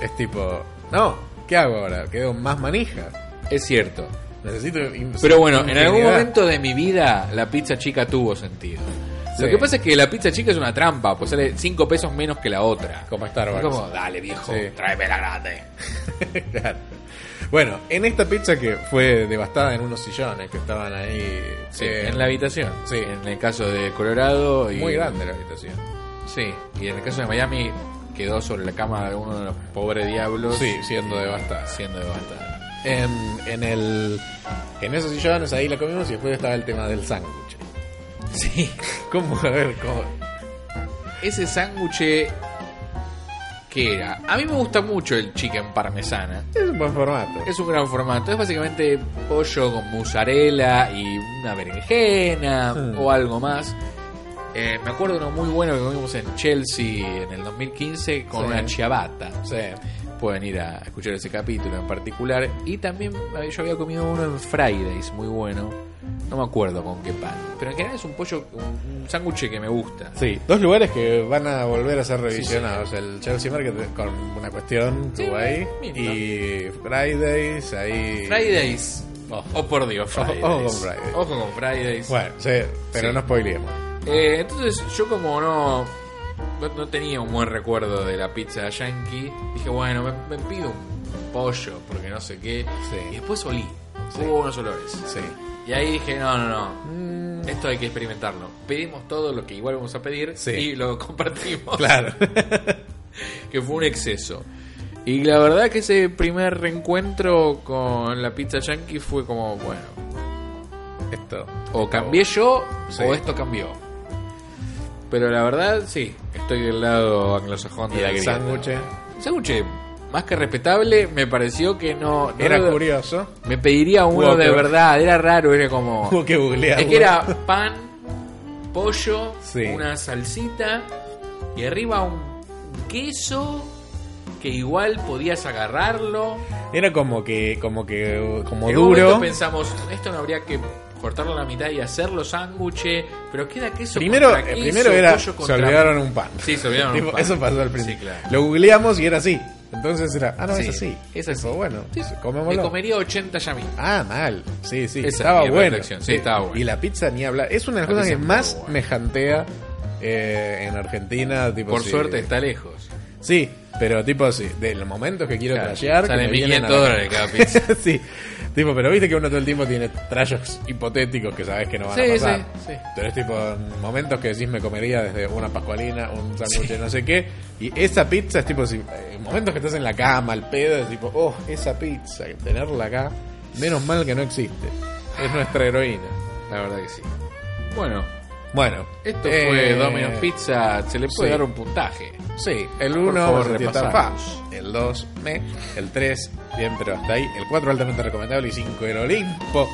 [SPEAKER 3] es tipo. No, ¿qué hago ahora? Quedo más manija.
[SPEAKER 2] Es cierto.
[SPEAKER 3] Necesito. in-
[SPEAKER 2] Pero bueno, en algún
[SPEAKER 3] infinidad.
[SPEAKER 2] momento de mi vida la pizza chica tuvo sentido. Lo
[SPEAKER 3] Sí.
[SPEAKER 2] que pasa es que la pizza chica es una trampa, pues sale 5 pesos menos que la otra.
[SPEAKER 3] Como
[SPEAKER 2] Es
[SPEAKER 3] Starbucks.
[SPEAKER 2] como, dale viejo,
[SPEAKER 3] Sí.
[SPEAKER 2] tráeme la grande.
[SPEAKER 3] Claro. Bueno, en esta pizza que fue devastada en unos sillones que estaban ahí.
[SPEAKER 2] Sí,
[SPEAKER 3] eh,
[SPEAKER 2] en la habitación.
[SPEAKER 3] sí.
[SPEAKER 2] En el caso de Colorado. Y,
[SPEAKER 3] Muy grande la habitación.
[SPEAKER 2] Sí, y en el caso de Miami quedó sobre la cama de uno de los pobres diablos.
[SPEAKER 3] Sí, siendo devastada.
[SPEAKER 2] Siendo devastada. Em,
[SPEAKER 3] En, en el. En esos sillones ahí la comimos y después estaba el tema del sándwich.
[SPEAKER 2] Sí.
[SPEAKER 3] ¿Cómo? A ver, ¿cómo?
[SPEAKER 2] ese sándwich que era. A mí me gusta mucho el chicken parmesana.
[SPEAKER 3] Es un buen formato.
[SPEAKER 2] Es un gran formato. Es básicamente pollo con mozzarella y una berenjena
[SPEAKER 3] Hmm.
[SPEAKER 2] o algo más. Eh, me acuerdo uno muy bueno que comimos en Chelsea en el 2015 con
[SPEAKER 3] Sí.
[SPEAKER 2] una ciabatta.
[SPEAKER 3] Sí.
[SPEAKER 2] Pueden ir a escuchar ese capítulo en particular. Y también eh, yo había comido uno en Fridays, muy bueno. No me acuerdo con qué pan. Pero en general es un pollo, un, un sándwich que me gusta.
[SPEAKER 3] Sí, dos lugares que van a volver a ser
[SPEAKER 2] Sí, sí.
[SPEAKER 3] revisionados. El Chelsea Market con una cuestión
[SPEAKER 2] Sí, eh,
[SPEAKER 3] estuvo ahí.
[SPEAKER 2] lindo.
[SPEAKER 3] Y Fridays ahí.
[SPEAKER 2] Fridays. Oh, por Dios, Fridays.
[SPEAKER 3] Ojo con Fridays.
[SPEAKER 2] Ojo con Fridays.
[SPEAKER 3] Bueno, sí, pero
[SPEAKER 2] Sí.
[SPEAKER 3] no spoileemos.
[SPEAKER 2] Eh, entonces, yo como no, no no tenía un buen recuerdo de la pizza yankee, dije, bueno, me, me pido un pollo, porque no sé qué.
[SPEAKER 3] Sí.
[SPEAKER 2] Y después olí.
[SPEAKER 3] Sí.
[SPEAKER 2] Hubo unos olores.
[SPEAKER 3] Sí.
[SPEAKER 2] Y ahí dije, no, no, no.
[SPEAKER 3] Mm.
[SPEAKER 2] Esto hay que experimentarlo. Pedimos todo lo que igual vamos a pedir
[SPEAKER 3] Sí.
[SPEAKER 2] y lo compartimos.
[SPEAKER 3] Claro.
[SPEAKER 2] que fue un exceso. Y la verdad que ese primer reencuentro con la pizza yankee fue como, bueno,
[SPEAKER 3] Esto.
[SPEAKER 2] O cambié yo
[SPEAKER 3] Sí.
[SPEAKER 2] o esto cambió. Pero la verdad, sí, estoy del lado anglosajón de
[SPEAKER 3] Y
[SPEAKER 2] la
[SPEAKER 3] el
[SPEAKER 2] grieta.
[SPEAKER 3] sándwich.
[SPEAKER 2] El sándwich, más que respetable, me pareció que no... no
[SPEAKER 3] Era
[SPEAKER 2] lo-
[SPEAKER 3] curioso.
[SPEAKER 2] Me pediría uno
[SPEAKER 3] Hubo
[SPEAKER 2] de
[SPEAKER 3] que-
[SPEAKER 2] verdad, era raro, era como...
[SPEAKER 3] Hubo que googlear.
[SPEAKER 2] Es que era pan, pollo,
[SPEAKER 3] Sí.
[SPEAKER 2] una salsita y arriba un queso que igual podías agarrarlo.
[SPEAKER 3] Era como que, como que, como
[SPEAKER 2] En un
[SPEAKER 3] duro.
[SPEAKER 2] momento pensamos, esto no habría que cortarlo a la mitad y hacerlo sándwiches, pero queda queso
[SPEAKER 3] Primero,
[SPEAKER 2] contra
[SPEAKER 3] eh,
[SPEAKER 2] queso,
[SPEAKER 3] primero era, se
[SPEAKER 2] pollo contra-
[SPEAKER 3] olvidaron un pan.
[SPEAKER 2] Sí, se olvidaron un
[SPEAKER 3] Tipo,
[SPEAKER 2] pan.
[SPEAKER 3] Eso pasó al principio.
[SPEAKER 2] Sí, claro.
[SPEAKER 3] Lo googleamos y era así. Entonces era, ah, no,
[SPEAKER 2] Sí,
[SPEAKER 3] es así.
[SPEAKER 2] es así.
[SPEAKER 3] Tipo, bueno,
[SPEAKER 2] Sí,
[SPEAKER 3] comémoslo.
[SPEAKER 2] Me comería 80 ya mismo.
[SPEAKER 3] Ah, mal. Sí, sí.
[SPEAKER 2] Esa
[SPEAKER 3] estaba
[SPEAKER 2] es mi
[SPEAKER 3] bueno.
[SPEAKER 2] reflexión. Sí, estaba bueno.
[SPEAKER 3] Y la pizza ni habla. Es una de las
[SPEAKER 2] La
[SPEAKER 3] cosas que
[SPEAKER 2] pizza es muy
[SPEAKER 3] más
[SPEAKER 2] buena.
[SPEAKER 3] me jantea eh, en Argentina. Tipo,
[SPEAKER 2] Por
[SPEAKER 3] sí.
[SPEAKER 2] suerte está lejos.
[SPEAKER 3] Sí, pero tipo así. De los momentos que quiero
[SPEAKER 2] Claro,
[SPEAKER 3] trashear. que
[SPEAKER 2] salen
[SPEAKER 3] me vienen
[SPEAKER 2] 1500
[SPEAKER 3] a la-
[SPEAKER 2] dólares cada pizza.
[SPEAKER 3] sí. Tipo, pero viste que uno todo el tiempo tiene trayos hipotéticos que sabes que no van
[SPEAKER 2] Sí,
[SPEAKER 3] a pasar.
[SPEAKER 2] sí, sí.
[SPEAKER 3] Pero es tipo momentos que decís me comería desde una pascualina, un sándwich, de no sé qué. Y esa pizza es tipo, si, eh, momentos que estás en la cama, al pedo, es tipo, oh, esa pizza, tenerla acá, menos mal que no existe. Es nuestra heroína.
[SPEAKER 2] La verdad que sí. Bueno,
[SPEAKER 3] Bueno,
[SPEAKER 2] esto
[SPEAKER 3] eh,
[SPEAKER 2] fue Domino's Pizza. Se le puede
[SPEAKER 3] sí.
[SPEAKER 2] dar un puntaje.
[SPEAKER 3] Sí, el
[SPEAKER 2] Por
[SPEAKER 3] 1
[SPEAKER 2] favor,
[SPEAKER 3] repasamos.
[SPEAKER 2] repasamos.
[SPEAKER 3] El 2 me, el 3 bien, pero hasta ahí. El 4 altamente recomendable y 5 el Olimpo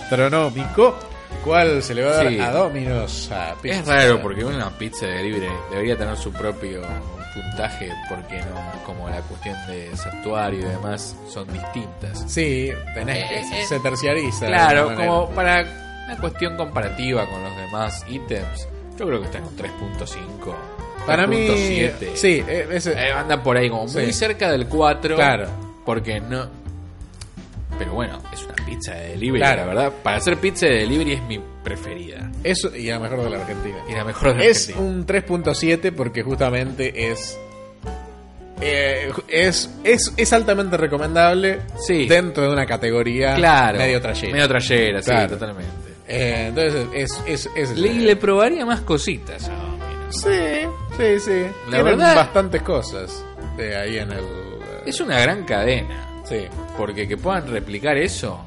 [SPEAKER 3] gastronómico. ¿Cuál se le va a dar
[SPEAKER 2] Sí.
[SPEAKER 3] a Dominos? A pizza?
[SPEAKER 2] Es raro porque una pizza de libre debería tener su propio puntaje porque no como la cuestión de santuario y demás son distintas.
[SPEAKER 3] Sí, tenés que-
[SPEAKER 2] Eh, eh,
[SPEAKER 3] se terciariza. de
[SPEAKER 2] Claro,
[SPEAKER 3] alguna manera.
[SPEAKER 2] como para una cuestión comparativa con los demás ítems, yo creo que está en un 3.5.
[SPEAKER 3] Para mí.
[SPEAKER 2] 3.7.
[SPEAKER 3] Sí, eh, ese-
[SPEAKER 2] Eh, anda por ahí como
[SPEAKER 3] Sí.
[SPEAKER 2] muy cerca del 4.
[SPEAKER 3] Claro.
[SPEAKER 2] Porque no. Pero bueno, es una pizza de delivery,
[SPEAKER 3] Claro.
[SPEAKER 2] la verdad. Para hacer pizza de delivery es mi preferida.
[SPEAKER 3] eso y a lo mejor de la Argentina.
[SPEAKER 2] Y la mejor de
[SPEAKER 3] Es
[SPEAKER 2] Argentina.
[SPEAKER 3] un 3.7 porque justamente es eh, es, es, es altamente recomendable
[SPEAKER 2] Sí.
[SPEAKER 3] dentro de una categoría
[SPEAKER 2] Claro.
[SPEAKER 3] medio trayera.
[SPEAKER 2] Medio trayera, sí,
[SPEAKER 3] Claro.
[SPEAKER 2] totalmente.
[SPEAKER 3] Eh, entonces, es, es, es
[SPEAKER 2] Le, le probaría más cositas a Domino.
[SPEAKER 3] Sí, sí, sí.
[SPEAKER 2] La
[SPEAKER 3] Tienen
[SPEAKER 2] verdad-
[SPEAKER 3] bastantes cosas de ahí en el. eh,
[SPEAKER 2] Es una gran cadena.
[SPEAKER 3] Sí,
[SPEAKER 2] Porque que puedan replicar eso,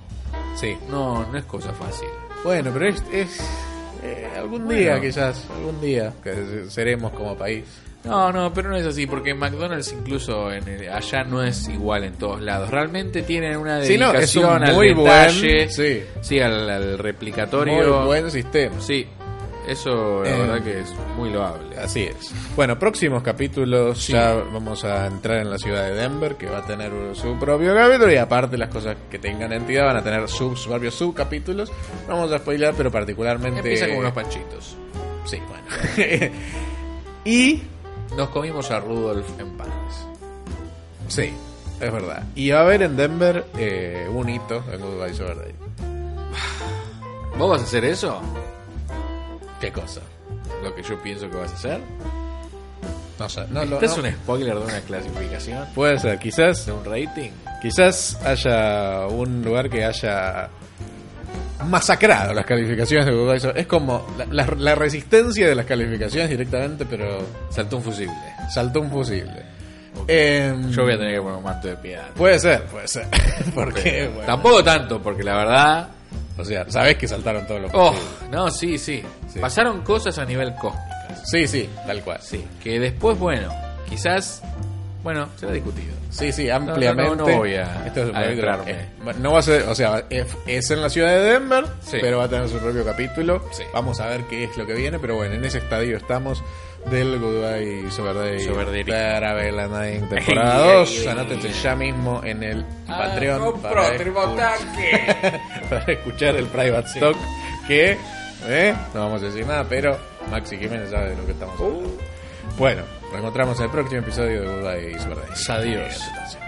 [SPEAKER 3] sí.
[SPEAKER 2] no, no es cosa fácil.
[SPEAKER 3] Bueno, pero es. es, eh, algún
[SPEAKER 2] Bueno.
[SPEAKER 3] día, quizás. Algún día. Que se- seremos como país.
[SPEAKER 2] No, no, pero no es así, porque McDonald's incluso en el- allá no es igual en todos lados. Realmente tienen una
[SPEAKER 3] Sí, no,
[SPEAKER 2] dedicación
[SPEAKER 3] es un
[SPEAKER 2] al
[SPEAKER 3] muy
[SPEAKER 2] detalle,
[SPEAKER 3] buen. Sí.
[SPEAKER 2] sí, al, al
[SPEAKER 3] Muy
[SPEAKER 2] replicatorio.
[SPEAKER 3] buen sistema.
[SPEAKER 2] Sí, eso la
[SPEAKER 3] Eh.
[SPEAKER 2] verdad que es muy loable.
[SPEAKER 3] Así es. Bueno, próximos capítulos ya vamos a entrar en la ciudad de Denver, que va a tener su propio capítulo y aparte las cosas que tengan entidad van a tener sus varios subcapítulos. No Vamos a spoiler, pero particularmente...
[SPEAKER 2] Empieza con unos panchitos.
[SPEAKER 3] Sí, bueno. y...
[SPEAKER 2] Nos comimos a Rudolf en panes.
[SPEAKER 3] Sí, es verdad. Y va a haber en Denver eh, un hito en Goodbye Sober Day.
[SPEAKER 2] ¿Vos vas a hacer eso?
[SPEAKER 3] ¿Qué cosa?
[SPEAKER 2] Lo que yo pienso que vas a hacer.
[SPEAKER 3] No sé. No, lo-
[SPEAKER 2] ¿Este es
[SPEAKER 3] no-
[SPEAKER 2] un spoiler de una clasificación?
[SPEAKER 3] Puede ser, quizás...
[SPEAKER 2] ¿De un rating?
[SPEAKER 3] Quizás haya un lugar que haya masacrado las calificaciones de Goodbye Sober. Es como la, la- la resistencia de las calificaciones directamente, pero
[SPEAKER 2] Saltó un fusible.
[SPEAKER 3] saltó un fusible.
[SPEAKER 2] Ok.
[SPEAKER 3] Em,
[SPEAKER 2] Yo voy a tener que poner un manto de piedad.
[SPEAKER 3] Puede ser, puede ser. Porque, bueno,
[SPEAKER 2] Tampoco tanto, porque la verdad.
[SPEAKER 3] o sea, sabes que saltaron todos los
[SPEAKER 2] Oh,
[SPEAKER 3] fusibles.
[SPEAKER 2] no, sí, sí,
[SPEAKER 3] Sí.
[SPEAKER 2] Pasaron cosas a nivel cósmicas.
[SPEAKER 3] Sí, sí, tal cual.
[SPEAKER 2] Sí. Que después, bueno, quizás. Bueno, será discutido.
[SPEAKER 3] Sí, sí, ampliamente.
[SPEAKER 2] No, no, no, no voy a
[SPEAKER 3] Esto es un
[SPEAKER 2] adentrarme.
[SPEAKER 3] capítulo, eh, no va a ser, o sea, es, es en la ciudad de Denver,
[SPEAKER 2] Sí.
[SPEAKER 3] pero va a tener su propio capítulo.
[SPEAKER 2] Sí.
[SPEAKER 3] Vamos a ver qué es lo que viene, pero bueno, en ese estadio estamos del Goodbye Sober Day.
[SPEAKER 2] Sober Day.
[SPEAKER 3] Travel and Dying, temporada 2. Anótense ya mismo en el
[SPEAKER 2] Ah,
[SPEAKER 3] Patreon para, escu- para escuchar el Private Stock que eh, no vamos a decir nada, pero Maxi Jiménez sabe de lo que
[SPEAKER 2] Uh.
[SPEAKER 3] estamos hablando. Bueno, nos encontramos en el próximo episodio de Goodbye Sober Day.
[SPEAKER 2] Adiós.
[SPEAKER 3] Adiós.